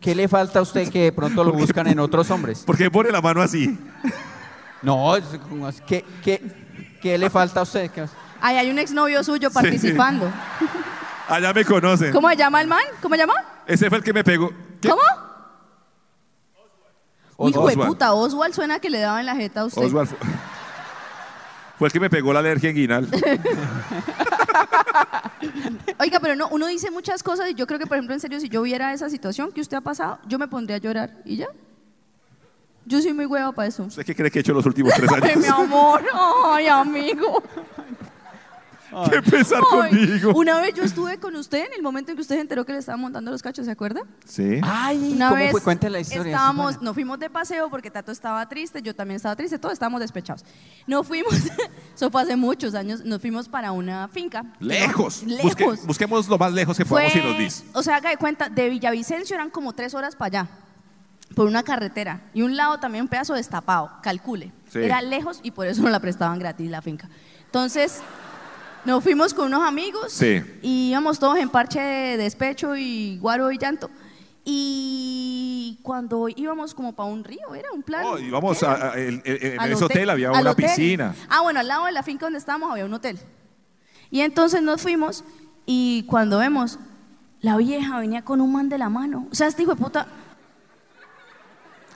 S4: ¿Qué le falta a usted que de pronto lo buscan en otros hombres?
S2: ¿Por qué pone la mano así?
S4: No, es como es- ¿qué, qué, qué le falta a usted? ¿Qué-
S3: Ay, hay un exnovio suyo participando.
S2: Allá me conocen.
S3: ¿Cómo se llama el man? ¿Cómo se llama?
S2: Ese fue el que me pegó. ¿Qué?
S3: ¿Cómo? Uy, hijo de
S2: Oswald.
S3: puta, Oswald suena que le daba en la jeta a usted.
S2: Oswald fue, fue el que me pegó la alergia inguinal.
S3: Oiga, pero no, uno dice muchas cosas y yo creo que, por ejemplo, en serio, si yo viera esa situación que usted ha pasado, yo me pondría a llorar y ya. Yo soy muy hueva para eso.
S2: ¿Usted qué cree que he hecho los últimos tres
S3: Ay, mi
S2: años?
S3: amor, ay, amigo.
S2: ¿Qué empezar
S3: Ay,
S2: conmigo?
S3: Una vez yo estuve con usted en el momento en que usted se enteró que le estaban montando los cachos, ¿se acuerda?
S2: Sí.
S4: Ay,
S3: Una
S4: ¿cómo
S3: vez
S4: fue? Cuente la historia. esa
S3: estábamos,
S4: semana.
S3: nos fuimos de paseo porque Tato estaba triste, yo también estaba triste, todos estábamos despechados. Nos fuimos, eso fue hace muchos años, nos fuimos para una finca.
S2: Lejos.
S3: Lejos.
S2: Busque- busquemos lo más lejos que
S3: Fue,
S2: podamos y nos dice.
S3: o sea, haga de cuenta, de Villavicencio eran como tres horas para allá, por una carretera. Y un lado también un pedazo destapado, calcule.
S2: Sí.
S3: Era lejos y por eso no la prestaban gratis la finca. Entonces, nos fuimos con unos amigos
S2: Sí.
S3: y íbamos todos en parche de despecho y guaro y llanto. Y cuando íbamos como para un río, era un plan.
S2: Oh, y vamos
S3: ¿qué era?
S2: a- a- el- el- en
S3: Pues, Al
S2: ese hotel había
S3: al
S2: una
S3: hotel.
S2: piscina.
S3: Ah, bueno, al lado de la finca donde estábamos había un hotel. Y entonces nos fuimos y cuando vemos, la vieja venía con un man de la mano. O sea, este hijo de puta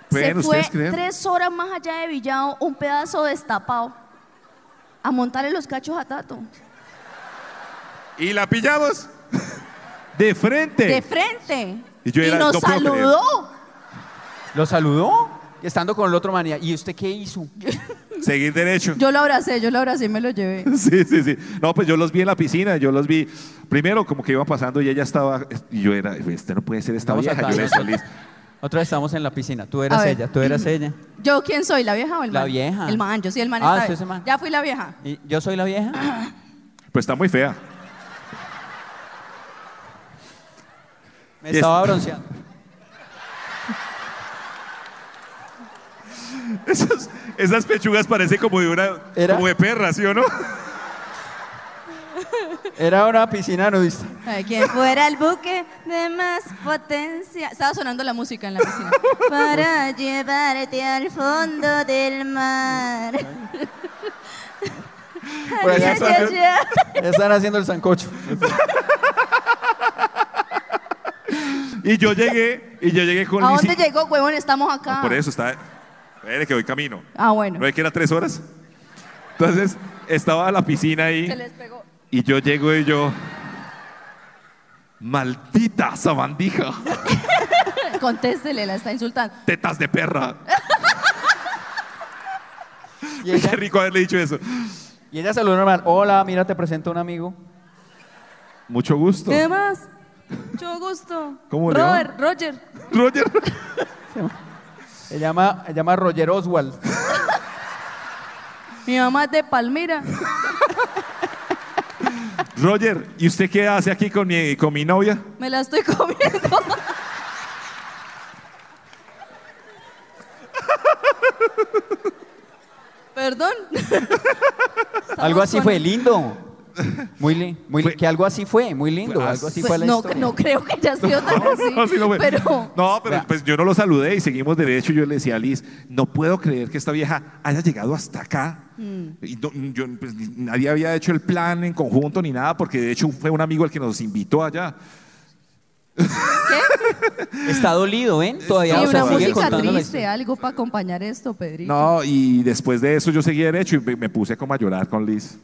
S2: ¿Pueden
S3: se fue
S2: ustedes creer?
S3: tres horas más allá de Villado, un pedazo destapado, a montarle los cachos a Tato.
S2: Y la pillamos de frente.
S3: De frente.
S2: Y yo era-
S3: nos
S2: no puedo creer.
S3: saludó.
S4: ¿Lo saludó? Estando con el otro manía. ¿Y usted qué hizo?
S2: Seguir derecho.
S3: Yo lo abracé, yo lo abracé y me lo llevé.
S2: Sí, sí, sí. No, pues yo los vi en la piscina, yo los vi. Primero, como que iba pasando y ella estaba. Y yo era, este no puede ser esta
S4: Vamos a
S2: vieja. Yo
S4: atar,
S2: le
S4: vamos a
S2: salí.
S4: Otra vez estábamos en la piscina. Tú
S3: A
S4: eras
S3: ver.
S4: ella, tú eras ella.
S3: ¿Yo quién soy? ¿La vieja o el
S4: La
S3: man?
S4: vieja.
S3: El man, yo soy el man.
S4: Ah,
S3: esta
S4: sí,
S3: vez.
S4: ese man.
S3: Ya fui la vieja.
S4: ¿Y yo soy la vieja?
S2: Pues está muy fea.
S4: Me
S2: Yes.
S4: estaba bronceando.
S2: Esas, esas pechugas parecen como de una.
S4: Era-
S2: Como de perra, ¿sí o no?
S4: Era una piscina nudista.
S3: Ay, quien fuera el buque de más potencia. Estaba sonando la música en la piscina. Para llevarte al fondo del mar.
S4: Por
S3: Ay,
S4: allá
S3: ay, ay,
S4: están,
S3: ay.
S4: están haciendo el sancocho.
S2: Y yo llegué, y yo llegué con
S3: ¿A
S2: Lizzy.
S3: dónde llegó, huevón? Estamos acá.
S2: Por eso está. Espere que voy camino.
S3: Ah, bueno.
S2: ¿No ve que era tres horas? Entonces, estaba la piscina ahí.
S3: Se les pegó.
S2: Y yo llego y yo. Maldita sabandija,
S3: Contéstele, la está insultando.
S2: tetas de perra.
S4: Y
S2: Qué
S4: ella,
S2: rico haberle dicho eso.
S4: y ella saludó normal. Hola, mira, te presento a un amigo.
S2: Mucho gusto.
S3: ¿Qué más? Mucho gusto.
S2: ¿Cómo le va?
S3: Robert, Roger.
S2: Roger.
S4: Se llama, se llama Roger Oswald.
S3: Mi mamá es de Palmira.
S2: Roger, ¿y usted qué hace aquí con mi, con mi novia?
S3: Me la estoy comiendo. Perdón.
S4: Algo así
S3: con-
S4: fue, lindo. Muy, li- muy li-
S2: Fue-
S4: que algo así fue, muy lindo.
S2: Fue-
S4: Algo así
S3: Pues
S4: fue la
S3: no,
S4: historia.
S3: no creo que haya sido tan así.
S2: No, sí lo fue.
S3: Pero
S2: No, pero
S4: Vea.
S2: pues yo no lo saludé y seguimos derecho. Yo le decía a Liz, no puedo creer que esta vieja haya llegado hasta acá. Y no- yo, pues, ni- nadie había hecho el plan en conjunto ni nada, porque de hecho fue un amigo el que nos invitó allá.
S4: Está dolido, ¿ven? Todavía
S3: sí,
S4: o sea,
S3: una
S4: sigue
S3: música
S4: contando la
S3: triste,
S4: historia.
S3: algo para acompañar esto, Pedrito.
S2: No, y después de eso yo seguí derecho y me, me puse como a llorar con Liz.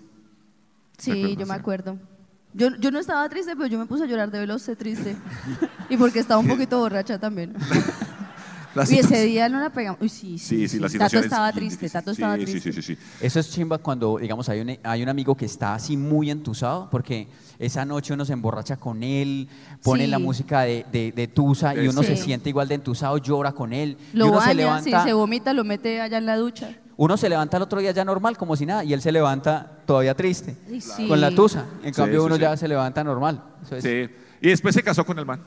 S3: sí, yo me acuerdo. Yo, yo no estaba triste, pero yo me puse a llorar de verlo a usted triste. Y porque estaba un poquito borracha también.
S2: La
S3: Y ese
S2: situación-
S3: día no la pegamos. Uy, sí, sí.
S2: Sí, sí, la
S3: Tato
S2: situación es
S3: estaba
S2: bien
S3: triste,
S2: difícil.
S3: Tato estaba
S2: Sí, Sí,
S3: triste.
S2: sí, sí, sí.
S4: Eso es chimba cuando, digamos, hay un, hay un amigo que está así muy entusado porque esa noche uno se emborracha con él, pone
S3: Sí.
S4: la música de, de, de Tusa y uno
S3: Sí.
S4: se siente igual de entusado, llora con él. y
S3: Lo
S4: uno
S3: baña,
S4: se levanta,
S3: si se vomita, lo mete allá en la ducha.
S4: uno se levanta el otro día ya normal, como si nada, y él se levanta todavía triste,
S3: Ay, sí.
S4: con la Tusa. En
S2: Sí,
S4: cambio,
S2: sí,
S4: uno
S2: sí.
S4: ya se levanta normal. Eso es-
S2: Sí. Y después se casó con el man.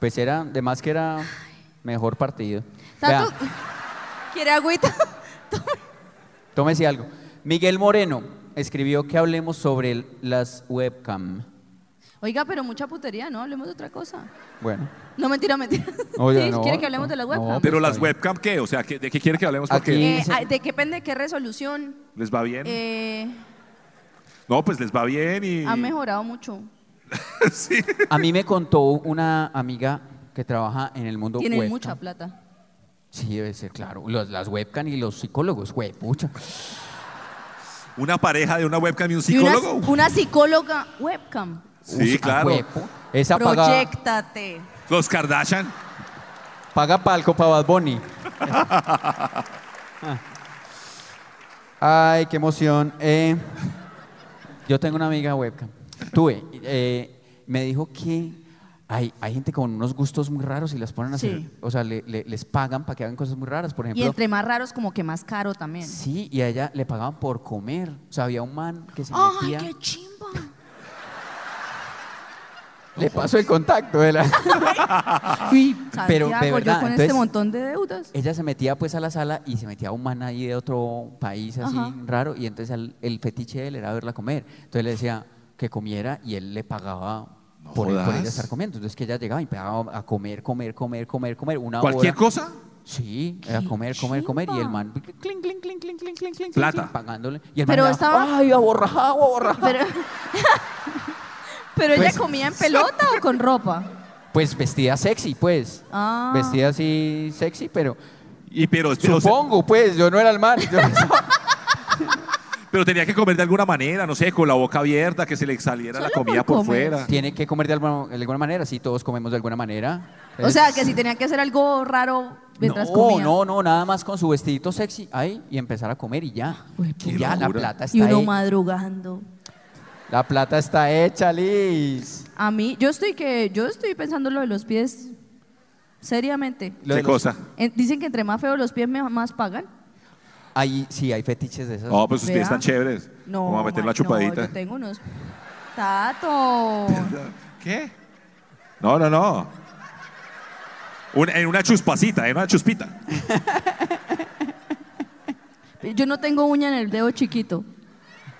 S4: Pues era, de más que era mejor partido.
S3: Tato,
S4: Vea,
S3: ¿quiere agüita?
S4: tómese algo. Miguel Moreno escribió que hablemos sobre el- las webcam.
S3: Oiga, pero mucha putería, ¿no? Hablemos de otra cosa.
S4: Bueno.
S3: No, mentira, mentira.
S4: Oye,
S3: sí,
S4: no,
S3: ¿Quiere que hablemos
S4: no,
S3: de las
S4: no,
S3: webcams?
S2: Pero
S4: Está
S2: las
S4: bien.
S2: webcam, ¿qué? O sea, ¿qué- ¿de qué quiere que hablemos?
S4: Aquí-
S2: Porque
S3: Eh, ah, ¿De qué depende? ¿Qué resolución?
S2: les va bien.
S3: Eh,
S2: No, pues les va bien y.
S3: ha mejorado mucho.
S2: Sí.
S4: A mí me contó una amiga que trabaja en el mundo
S3: Tienen
S4: webcam.
S3: mucha plata.
S4: Sí, debe ser, claro. Los- las webcam y los psicólogos, güey, pucha.
S2: Una pareja de una webcam y un
S3: Y una,
S2: psicólogo.
S3: una psicóloga webcam.
S2: Sí,
S4: Usa,
S2: claro.
S4: güey, pu- Esa paga,
S3: Proyectate.
S2: Los Kardashian.
S4: paga palco para Bad Bunny. Ah. Ay, qué emoción. Eh, yo tengo una amiga webcam. Tuve. eh, me dijo que hay, hay gente con unos gustos muy raros y las ponen a
S3: Sí.
S4: hacer. O sea, le- le- les pagan para que hagan cosas muy raras. Por
S3: Y
S4: ejemplo,
S3: entre más raros, como que más caro también.
S4: Sí, y a ella le pagaban por comer. O sea, había un man que se
S3: ¡Ay,
S4: metía.
S3: qué chimba!
S4: Le pasó el contacto de la. Uy, pero de
S3: Santiago, yo
S4: verdad.
S3: con
S4: entonces,
S3: este montón de deudas.
S4: ella se metía pues a la sala y se metía un man ahí de otro país así
S3: Ajá.
S4: raro. Y entonces al- el fetiche de él era verla comer. Entonces le decía que comiera y él le pagaba.
S2: No
S4: Por, por
S2: jodas.
S4: ella estar comiendo. Entonces que ella llegaba y pagaba a comer, comer, comer, comer, comer. Una
S2: Cualquier
S4: hora.
S2: cosa.
S4: Sí, era comer, comer, comer. Y el man, clink, clink, clink, clink, clink, clink, cling, cling,
S2: Plata.
S4: cling, pagándole. Y el
S3: Pero
S4: man, daba,
S3: estaba-
S4: ay, aborrajado, aborrajado.
S3: Pero, pero
S4: Pues-
S3: ella comía en pelota o con ropa.
S4: Pues vestida sexy, pues.
S3: Ah.
S4: Vestida así sexy, pero.
S2: Y pero, pero,
S4: supongo, pues, yo no era el man. yo-
S2: pero tenía que comer de alguna manera, no sé, con la boca abierta, que se le saliera la
S3: Solo
S2: comida
S3: por
S2: por
S3: comer.
S2: fuera.
S4: Tiene que comer de alguna, de alguna manera, sí, todos comemos de alguna manera.
S3: O
S4: Es-
S3: sea, que si tenía que hacer algo raro mientras
S4: no,
S3: comía.
S4: no, no, nada más con su vestidito sexy ahí y empezar a comer y ya.
S3: Uy,
S4: Y ya, la
S2: locura.
S4: plata está
S3: Pues, Y uno
S4: ahí.
S3: madrugando.
S4: La plata está hecha, Liz.
S3: A mí, yo estoy que, yo estoy pensando lo de los pies seriamente.
S4: Lo de
S2: ¿Qué
S4: los-
S2: cosa?
S3: En- dicen que entre más feos los pies, me- más pagan.
S4: Ahí sí, hay fetiches de esas.
S2: No, pues sus pies
S3: Vea.
S2: están chéveres.
S3: No.
S2: Vamos a meter
S3: man,
S2: la chupadita.
S3: No, yo tengo unos. Tato.
S2: ¿Qué? No, no, no. Un- en una chuspacita, en una chuspita.
S3: Yo no tengo uña en el dedo chiquito.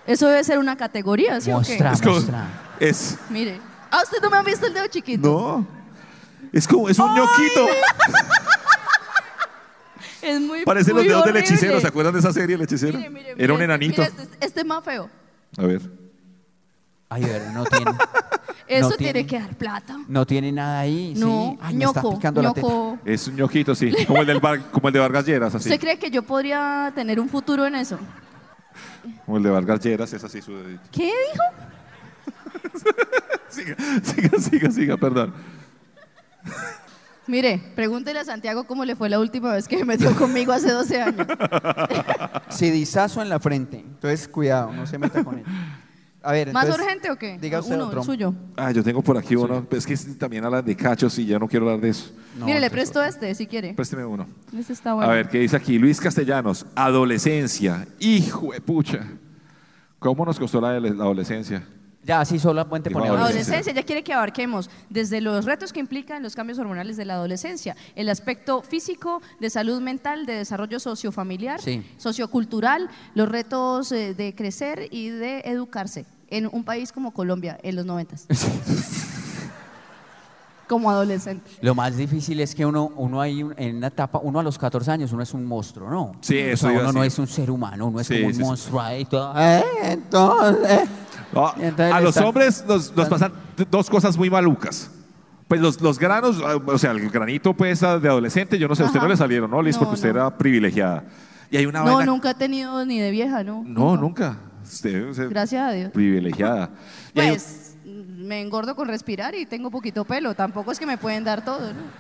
S3: Eso debe ser una categoría, ¿sí
S4: Muestra,
S3: o
S2: Es como-
S4: muestra.
S2: Es.
S3: qué? Mire. Ah, usted no me ha visto el dedo chiquito.
S2: No. Es como. Es un ñoquito.
S3: Es muy
S2: Parece los
S3: muy
S2: dedos del
S3: horrible.
S2: hechicero. ¿Se acuerdan de esa serie, El hechicero?
S3: Mire, mire,
S2: Era un
S3: mire,
S2: enanito.
S3: mire, este, este es más feo.
S2: A ver.
S4: Ay, de verdad, no tiene.
S3: Eso
S4: no
S3: tiene, que dar plata.
S4: No tiene nada ahí.
S3: No,
S4: sí. Ay, me está
S3: ñoco,
S4: picando la teta.
S3: ñoco.
S2: Es un ñoquito, sí. Como el, del Var- como el de Vargas Lleras, así.
S3: ¿Usted cree que yo podría tener un futuro en eso?
S2: Como el de Vargas Lleras, es así. Su...
S3: ¿Qué dijo?
S2: Siga, siga, siga, siga, perdón.
S3: Mire, pregúntele a Santiago cómo le fue la última vez que se metió conmigo hace 12 años.
S4: Sidizazo en la frente. Entonces, cuidado, no se meta con él. A ver,
S3: ¿Más
S4: entonces,
S3: urgente o qué?
S4: Diga usted
S3: Uno,
S4: otro.
S3: el suyo.
S2: Ah, yo tengo por aquí uno. Es que también hablan de cachos y yo no quiero hablar de eso.
S4: No,
S3: Mire, le
S4: entonces-
S3: presto este si quiere.
S2: Présteme uno.
S3: Este está bueno.
S2: A ver, ¿qué dice aquí? Luis Castellanos, adolescencia. Hijo de pucha. ¿Cómo nos costó la, la adolescencia?
S4: Ya, así sola puente
S2: Digo,
S4: pone
S2: ahora.
S4: ahora.
S3: Adolescencia, ya quiere que abarquemos desde los retos que implican los cambios hormonales de la adolescencia, el aspecto físico, de salud mental, de desarrollo sociofamiliar,
S4: Sí.
S3: sociocultural, los retos eh, de crecer y de educarse en un país como Colombia en los noventas. como adolescente.
S4: Lo más difícil es que uno, uno ahí un- en una etapa, uno a los 14 años, uno es un monstruo, ¿no?
S2: Sí,
S4: O sea,
S2: eso iba a
S4: uno no
S2: decir.
S4: es un ser humano, uno es
S2: Sí,
S4: como un
S2: sí, sí.
S4: monstruo ahí todo. "Eh, entonces.
S2: No,
S4: Y entonces
S2: Ah, a
S4: le
S2: los
S4: están-
S2: hombres nos,
S3: Ah.
S2: nos pasan d- dos cosas muy malucas. Pues los, los granos, ah, o sea, el granito pues ah, de adolescente, yo no sé, a usted no
S3: Ajá.
S2: le salieron, ¿no? Liz,
S3: No,
S2: porque usted
S3: no.
S2: era privilegiada. Y hay una
S3: No,
S2: vaina-
S3: nunca he tenido ni de vieja, ¿no?
S2: No, nunca. Usted es
S3: Gracias a Dios.
S2: privilegiada. Y hay
S3: Pues me engordo con respirar y tengo poquito pelo. Tampoco es que me pueden dar todo, ¿no?
S2: un-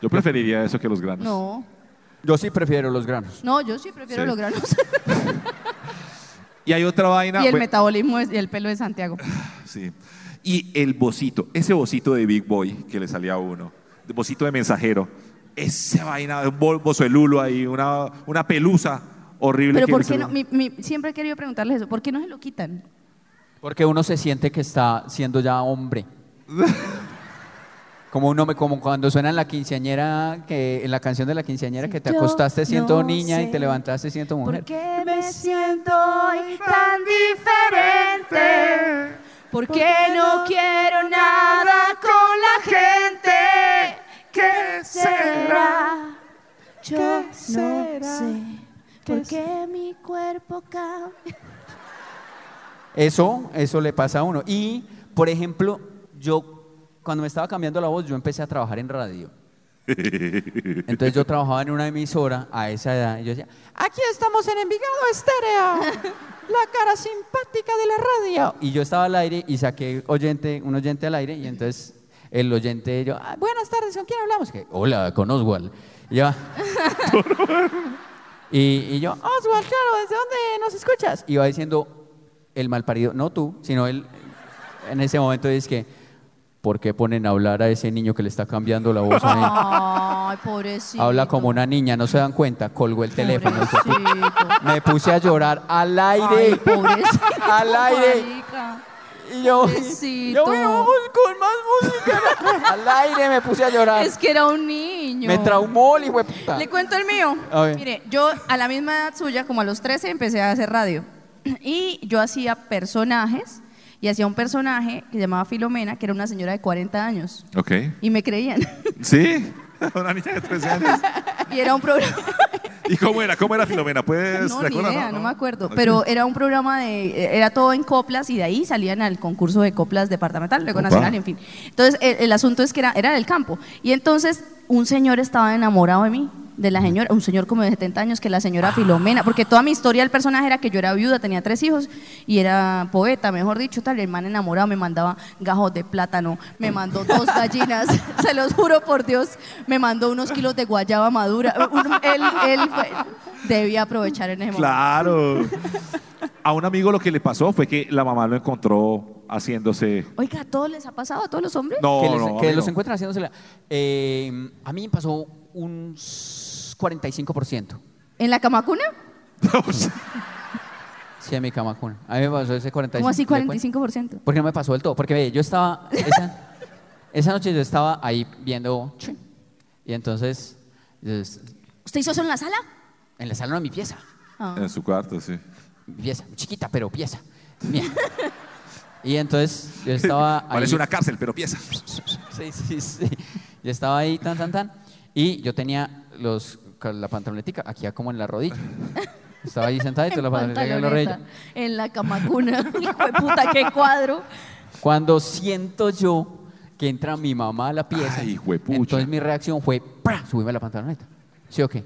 S2: Yo preferiría eso que los granos.
S3: No,
S4: Yo sí prefiero los granos.
S3: no yo sí prefiero
S2: Sí.
S3: los granos.
S2: Y hay otra vaina. pues,
S3: y el
S2: bueno,
S3: metabolismo es- y el pelo de Santiago.
S2: sí. Y el bocito, ese bocito de Big Boy que le salía a uno, de bocito de mensajero. Esa vaina, un bo- bozuelulo ahí, una, una pelusa horrible.
S3: Pero
S2: que
S3: ¿por
S2: se-
S3: qué no? mi- mi- siempre he querido preguntarles eso. ¿Por qué no se lo quitan?
S4: Porque uno se siente que está siendo ya hombre. Como, uno, me- como cuando suena en la quinceañera, que, en la canción de la quinceañera que te
S9: Yo
S4: acostaste siendo
S9: no
S4: niña y
S9: sé
S4: te levantaste siendo mujer.
S9: ¿Por qué me siento hoy tan diferente? ¿Por qué no quiero nada con la gente? ¿Qué será? Yo no sé. ¿Por qué mi cuerpo cambia?
S4: Eso, eso le pasa a uno. Y, por ejemplo, yo cuando me estaba cambiando la voz, yo empecé a trabajar en radio. Entonces yo trabajaba en una emisora a esa edad y yo decía, aquí estamos en Envigado Estéreo, la cara simpática de la radio. Y yo estaba al aire y saqué oyente, un oyente al aire y entonces el oyente, yo, "Ah, buenas tardes, ¿con quién hablamos? Que, Hola, con Oswald. Y yo, y, y yo, Oswald, claro, ¿desde dónde nos escuchas? Y va diciendo el malparido, no tú, sino él, en ese momento dice que, ¿por qué ponen a hablar a ese niño que le está cambiando la voz a él?
S3: Ay, pobrecito.
S4: Habla como una niña, no se dan cuenta, colgó el teléfono. Me puse a llorar al aire.
S3: Ay, pobrecito.
S4: al aire.
S3: marica.
S4: Y yo,
S3: Pobrecito.
S4: yo "Bueno, vamos con más música. al aire me puse a llorar.
S3: Es que era un niño.
S4: Me traumó el hijo de puta.
S3: Le cuento el mío.
S4: A ver.
S3: Mire, yo a la misma edad suya, como a los 13, empecé a hacer radio. Y yo hacía personajes, y hacía un personaje que se llamaba Filomena, que era una señora de 40 años.
S2: Ok.
S3: Y me creían.
S2: Sí, una niña de 13 años.
S3: Y era un programa.
S2: ¿Y cómo era? ¿Cómo era Filomena? ¿Puedes
S3: no,
S2: te
S3: ni
S2: acuerdas?
S3: idea, no, me acuerdo.
S2: Ok.
S3: Pero era un programa de. Era todo en coplas y de ahí salían al concurso de coplas departamental, luego
S2: Opa.
S3: nacional, en fin. Entonces, el, el asunto es que era, era del campo. Y entonces, un señor estaba enamorado de mí, de la señora, un señor como de 70 años, que la señora Filomena, porque toda mi historia del personaje era que yo era viuda, tenía tres hijos y era poeta, mejor dicho, tal. El man enamorado me mandaba gajos de plátano, me mandó dos gallinas, se los juro por Dios, me mandó unos kilos de guayaba madura. eh, Un- él, él fue- debía aprovechar en ese momento.
S2: Claro. A un amigo lo que le pasó fue que la mamá lo encontró haciéndose.
S3: Oiga, ¿a todos les ha pasado? ¿A todos los hombres?
S2: No,
S4: que, les-
S2: no, a
S4: que
S2: mí
S4: los
S2: no.
S4: encuentran haciéndose la- Eh, a mí me pasó un s- 45%.
S3: ¿En la camacuna?
S4: Sí, a mi cama cuna. A mí me pasó ese 45%.
S3: ¿Cómo así
S4: ¿Le cuento?
S3: 45%?
S4: Porque no me pasó del todo. Porque ve, yo estaba. Esa, esa noche yo estaba ahí viendo. Chin. Y entonces. yo es-
S3: ¿Usted hizo eso en la sala?
S4: En la sala de mi pieza.
S3: Ah.
S2: En su cuarto, sí.
S4: Mi pieza. Chiquita, pero pieza. Mía. Y entonces yo estaba. ahí-
S2: Parece una cárcel, pero pieza.
S4: Sí, sí, sí. Yo estaba ahí, tan, tan, tan. Y yo tenía los, con la pantalonetica aquí como en la rodilla. Estaba ahí sentadito, la pantalonetica en la rodilla.
S3: Pantaloneta, en la camacuna. Hijo de puta, qué cuadro.
S4: Cuando siento yo que entra mi mamá a la pieza,
S2: Ay, juepucha.
S4: entonces mi reacción fue, ¡pra! subirme la pantaloneta. ¿Sí o qué?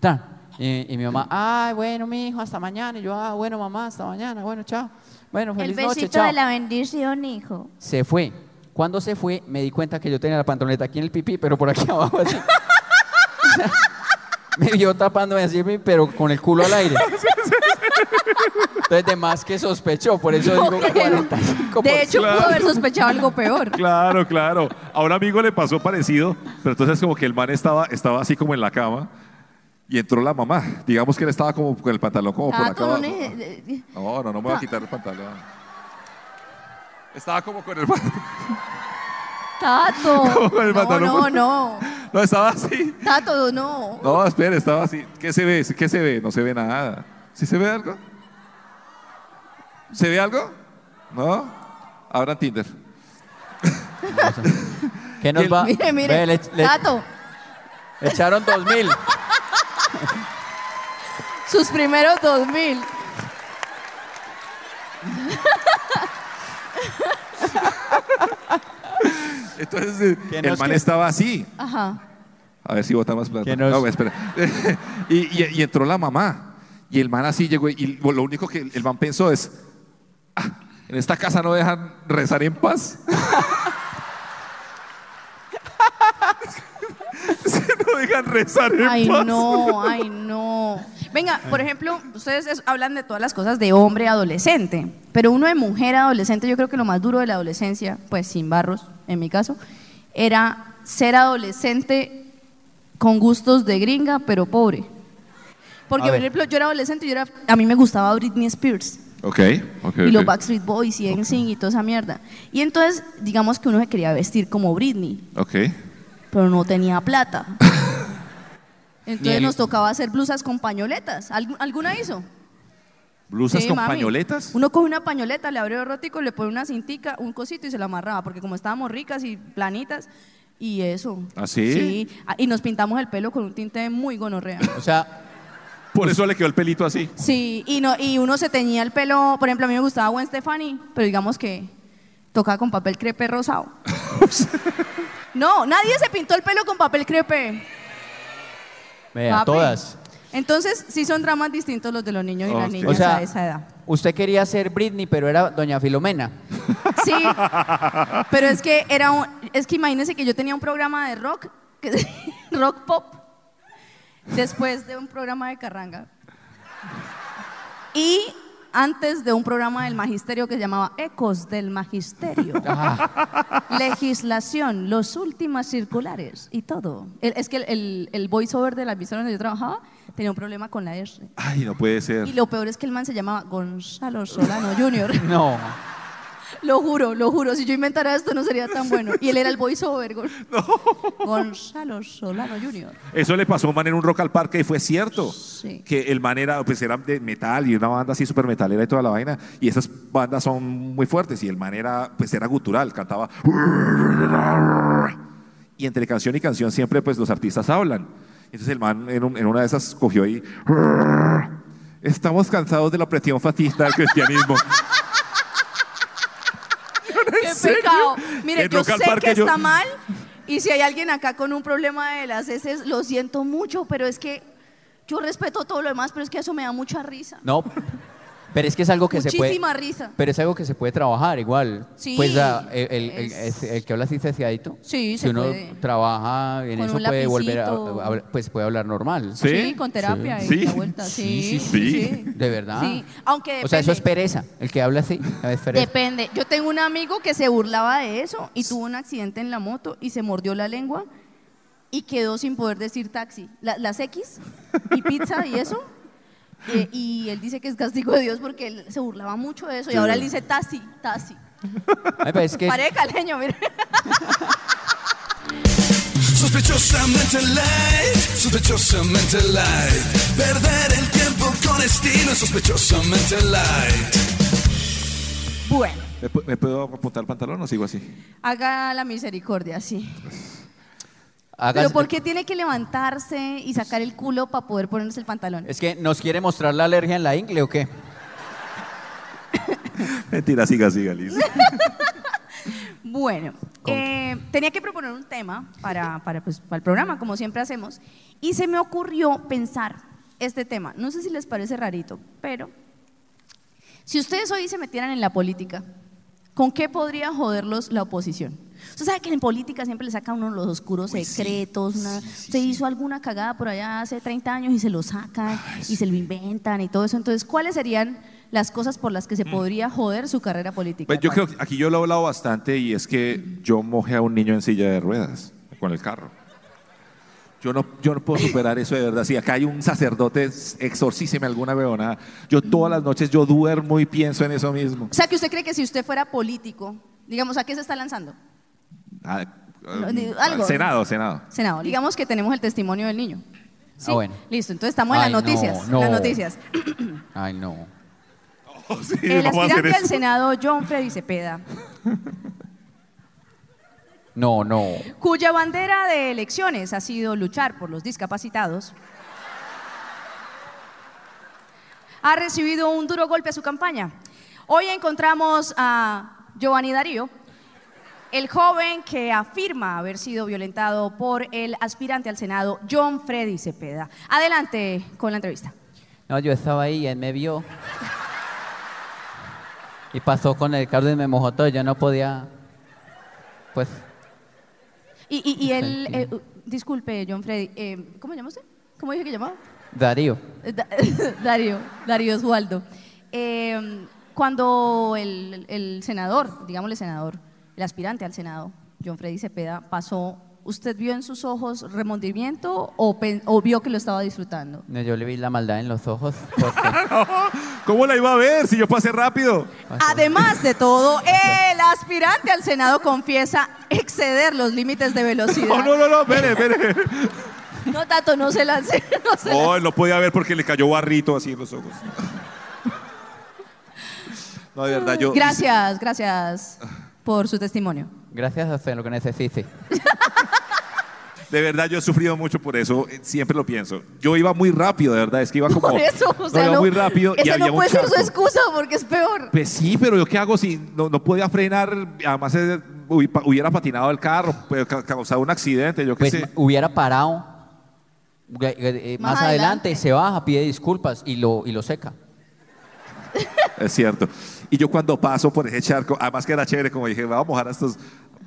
S4: Tan. Y, y mi mamá, ay, bueno, mi hijo, hasta mañana. Y yo, ah, bueno, mamá, hasta mañana. Bueno, chao. Bueno,
S9: El
S4: feliz noche,
S9: besito
S4: chao.
S9: de la bendición, hijo.
S4: Se fue. Cuando se fue, me di cuenta que yo tenía la pantaloneta aquí en el pipí, pero por aquí abajo así. O sea, me vio tapándome así, pero con el culo al aire. Entonces, de más que sospechó, por eso digo 45%.
S3: De hecho, pudo haber sospechado algo peor.
S2: Claro, claro. A un amigo le pasó parecido, pero entonces como que el man estaba, estaba así como en la cama y entró la mamá. Digamos que él estaba como con el pantalón como por
S3: Ah,
S2: acá
S3: con
S2: abajo.
S3: un- eh, eh, eh,
S2: No, no, no me voy a quitar el pantalón. Estaba como con el pantalón.
S3: Tato.
S2: Con el
S3: No, no,
S2: pantalón.
S3: no.
S2: No, estaba así.
S3: Tato, no.
S2: No, espere, estaba así. ¿Qué se ve? ¿Qué se ve? No se ve nada. ¿Sí se ve algo? ¿Se ve algo? ¿No? Abran Tinder.
S4: ¿Qué nos va?
S3: Mire, mire.
S4: Ve, le, le-
S3: Tato,
S4: le echaron 2000.
S3: sus primeros 2000.
S2: Entonces, eh,
S4: ¿Qué
S2: el
S4: nos
S2: man
S4: qué?
S2: estaba así.
S3: Ajá.
S2: A ver si bota más plata.
S4: ¿Qué nos-
S2: No, espera. y, y- y entró la mamá. Y el man así llegó y lo único que el man pensó es, "Ah, en esta casa no dejan rezar en paz. no dejan rezar en
S3: Ay,
S2: paz.
S3: no, ay, no. Venga, por ejemplo, ustedes es- hablan de todas las cosas de hombre adolescente, pero uno de mujer adolescente, yo creo que lo más duro de la adolescencia, pues sin barros, en mi caso, era ser adolescente con gustos de gringa, pero pobre. Porque,
S4: A
S3: por
S4: ver.
S3: ejemplo, yo era adolescente y yo era, a mí me gustaba Britney Spears
S2: Ok, ok.
S3: y
S2: ok.
S3: los Backstreet Boys y NSYNC y toda esa mierda. Y entonces, digamos que uno se quería vestir como Britney,
S2: Ok.
S3: pero no tenía plata.
S4: Ni
S3: Entonces
S4: el-
S3: nos tocaba hacer blusas con pañoletas. ¿Algu- ¿Alguna hizo?
S2: ¿Blusas
S3: Sí,
S2: con
S3: mami.
S2: pañoletas?
S3: Uno coge una pañoleta, le abrió el rótico, le pone una cintica, un cosito y se la amarraba, porque como estábamos ricas y planitas, y eso.
S2: ¿Ah, sí?
S3: Sí. Ah, Y nos pintamos el pelo con un tinte muy gonorrea.
S4: O sea,
S2: Por eso le quedó el pelito así.
S3: Sí, y, no, y uno se teñía el pelo, por ejemplo, a mí me gustaba Gwen Stefani, pero digamos que tocaba con papel crepe rosado. no, nadie se pintó el pelo con papel crepe.
S4: vea,
S3: papi.
S4: Eh, todas.
S3: Entonces, sí son dramas distintos los de los niños y las
S2: Ok.
S3: niñas
S4: O sea,
S3: a esa edad.
S4: usted quería ser Britney, pero era doña Filomena.
S3: Sí, pero es que era un, es que imagínense que yo tenía un programa de rock, que se- rock pop, después de un programa de carranga y antes de un programa del magisterio que se llamaba Ecos del Magisterio,
S4: Ah.
S3: legislación, los últimas circulares y todo. El- es que el, el, el voiceover de la emisora donde yo trabajaba tenía un problema con la R.
S2: Ay, no puede ser.
S3: Y lo peor es que el man se llamaba Gonzalo Solano Jr.
S4: No.
S3: Lo juro, lo juro. Si yo inventara esto no sería tan bueno. Y él era el voiceover. Gon- Gonzalo Solano Jr.
S2: Eso le pasó a un man en un rock al parque y fue cierto.
S3: Sí.
S2: Que el man era, pues era de metal y una banda así súper metalera y toda la vaina. Y esas bandas son muy fuertes. Y el man era, pues era gutural, cantaba. Y entre canción y canción siempre, pues los artistas hablan. Entonces el man en, un- en una de esas cogió y. Estamos cansados de la presión fascista del cristianismo.
S3: ¡Qué pecado! Mire,
S2: En
S3: yo
S2: Rock al
S3: sé que
S2: Parque yo-
S3: está mal. Y si hay alguien acá con un problema de las heces, lo siento mucho, pero es que yo respeto todo lo demás, pero es que eso me da mucha risa.
S4: No. Pero es que es algo que se
S3: Muchísima
S4: puede.
S3: risa.
S4: Pero es algo que se puede trabajar igual.
S3: Sí,
S4: Pues ah, el, el- el-
S3: es-
S4: el que habla así ceciadito.
S3: Sí,
S4: si
S3: se
S4: uno
S3: puede.
S4: trabaja en
S3: Con
S4: eso
S3: un
S4: puede volver a,
S3: lapicito.
S4: a- a- pues puede hablar normal.
S2: Sí.
S3: con terapia y
S2: Sí.
S3: la vuelta. Sí,
S4: Sí, sí,
S2: sí.
S4: De verdad.
S3: Sí, aunque
S4: O sea, eso
S3: depende.
S4: es pereza. El que habla así es pereza.
S3: Depende. Yo tengo un amigo que se burlaba de eso y tuvo un accidente en la moto y se mordió la lengua y quedó sin poder decir taxi. La- las X y pizza y eso. Eh, y él dice que es castigo de Dios porque él se burlaba mucho de eso y ahora él dice taxi, taxi.
S4: Ay, pero es que
S3: Pare de caleño, mire.
S6: Sospechosamente light, sospechosamente light. Perder el tiempo con estilo, es sospechosamente light.
S3: Bueno,
S2: ¿Me, pu- me puedo apuntar el pantalón o sigo así?
S3: haga la misericordia, sí.
S4: hagas-
S3: Pero ¿por qué tiene que levantarse y sacar el culo para poder ponerse el pantalón?
S4: Es que nos quiere mostrar la alergia en la ingle o qué.
S2: Mentira, siga, siga, Liz.
S3: Bueno, eh, tenía que proponer un tema para, para, pues, para el programa, como siempre hacemos, y se me ocurrió pensar este tema. No sé si les parece rarito, pero si ustedes hoy se metieran en la política, ¿con qué podría joderlos la oposición? Usted sabe que en política siempre le sacan uno los oscuros secretos, una- usted hizo alguna cagada por allá hace 30 años y se lo sacan y se lo inventan y todo eso. Entonces, ¿cuáles serían las cosas por las que se podría joder su carrera política?
S2: Pues yo
S3: hermano?
S2: creo que aquí yo lo he hablado bastante y es que yo mojé a un niño en silla de ruedas con el carro. Yo no, yo no puedo superar eso de verdad. Si acá hay un sacerdote, exorcíceme alguna huevonada. Yo todas las noches yo duermo y pienso en eso mismo.
S3: O sea, que usted cree que si usted fuera político, digamos, ¿a qué se está lanzando?
S2: Ah,
S3: No,
S2: um,
S3: ni- algo.
S2: Senado, Senado.
S3: Senado, digamos que tenemos el testimonio del niño. Sí,
S4: Ah, bueno.
S3: Listo, entonces estamos en
S4: Ay,
S3: las
S4: no,
S3: noticias.
S4: no.
S3: Las noticias.
S4: Ay, no.
S2: Oh,
S3: El aspirante al Senado, John Freddy Cepeda,
S4: No, no.
S3: cuya bandera de elecciones ha sido luchar por los discapacitados, ha recibido un duro golpe a su campaña. Hoy encontramos a Giovanni Darío, el joven que afirma haber sido violentado por el aspirante al Senado, John Freddy Cepeda. Adelante con la entrevista.
S4: No, yo estaba ahí y él me vio. Y pasó con el carro y me mojó todo. Yo no podía. Pues.
S3: Y, y- y él, eh, uh, disculpe, John Freddy, eh, ¿cómo se llama usted? ¿Cómo dije que llamaba?
S4: Darío.
S3: Eh, Da- Darío, Darío Oswaldo. Eh, cuando el, el senador, digámosle senador, el aspirante al Senado, John Freddy Cepeda, pasó, ¿usted vio en sus ojos remordimiento o, pen- o vio que lo estaba disfrutando?
S4: No, Yo le vi la maldad en los ojos. porque-
S2: ¿Cómo la iba a ver si yo pasé rápido?
S3: Además de todo, el aspirante al Senado confiesa exceder los límites de velocidad.
S2: Oh, No, no, no, no, espere, espere.
S3: No, Tato, no se lance. No se
S2: Oh, no podía ver porque le cayó barrito así en los ojos. No, de verdad, yo.
S3: Gracias, gracias por su testimonio.
S4: Gracias a usted, lo que necesite.
S2: De verdad, yo he sufrido mucho por eso. eh, Siempre lo pienso. Yo iba muy rápido, de verdad. Es que iba como.
S3: Por eso,
S2: No,
S3: o sea,
S2: iba muy rápido y
S3: esa
S2: había
S3: no
S2: un
S3: puede ser su
S2: charco.
S3: excusa porque es peor.
S2: Pues sí, pero yo qué hago si no, no podía frenar, además eh, hubi- pa- hubiera patinado el carro, pues, ca- causado un accidente, yo qué
S4: Pues
S2: sé.
S4: hubiera parado. eh, eh,
S3: Más
S4: Más, adelante,
S3: adelante.
S4: se baja, pide disculpas y lo, y lo seca.
S2: Es cierto. Y yo cuando paso por ese charco, además que era chévere, como dije, vamos a mojar a estos,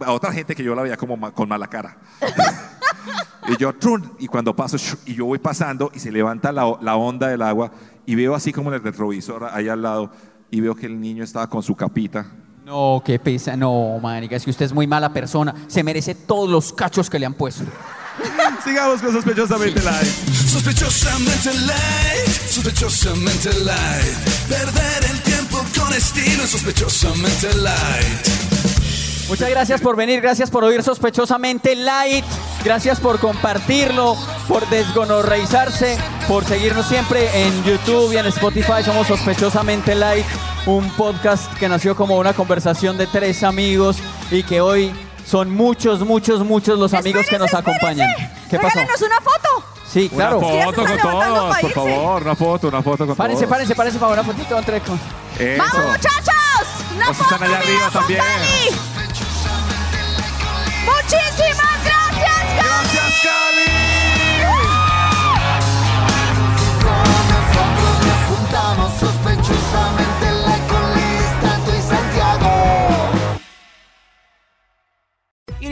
S2: a otra gente que yo la veía como ma- con mala cara. y yo, trun, y cuando paso, shu, y yo voy pasando, y se levanta la, o- la onda del agua, y veo así como en el retrovisor ahí al lado, y veo que el niño estaba con su capita.
S4: No, qué pesa. No, marica, es que usted es muy mala persona. Se merece todos los cachos que le han puesto.
S2: Sigamos con sospechosamente la
S6: Sospechosamente light, sospechosamente light. Perder el tiempo con estilo, es sospechosamente light.
S4: Muchas gracias por venir, gracias por oír sospechosamente Light, gracias por compartirlo, por desgonorreizarse, por seguirnos siempre en YouTube y en Spotify. Somos sospechosamente Light, un podcast que nació como una conversación de tres amigos y que hoy son muchos, muchos, muchos los amigos que nos
S3: Espérese,
S4: acompañan.
S3: espérese.
S4: ¿Qué pasó?
S3: Regálenos una foto.
S4: Sí, claro.
S2: Una foto
S3: Ya se
S2: con
S3: está levantando
S2: todos,
S3: para
S2: por
S3: irse.
S2: favor, una foto, una foto con
S4: Párense,
S2: todos.
S4: párense, párense para una fotito entre con-
S2: Eso.
S3: ¡Vamos, muchachos! ¡Una
S2: Los que están
S3: foto
S2: allá
S3: mía
S2: arriba
S3: con
S2: también.
S3: Cali! ¡Muchísimas gracias, Cali!
S2: Gracias, Cali.
S5: Nosotros nos juntamos sospechosamente la colista, tú y Santiago.
S7: It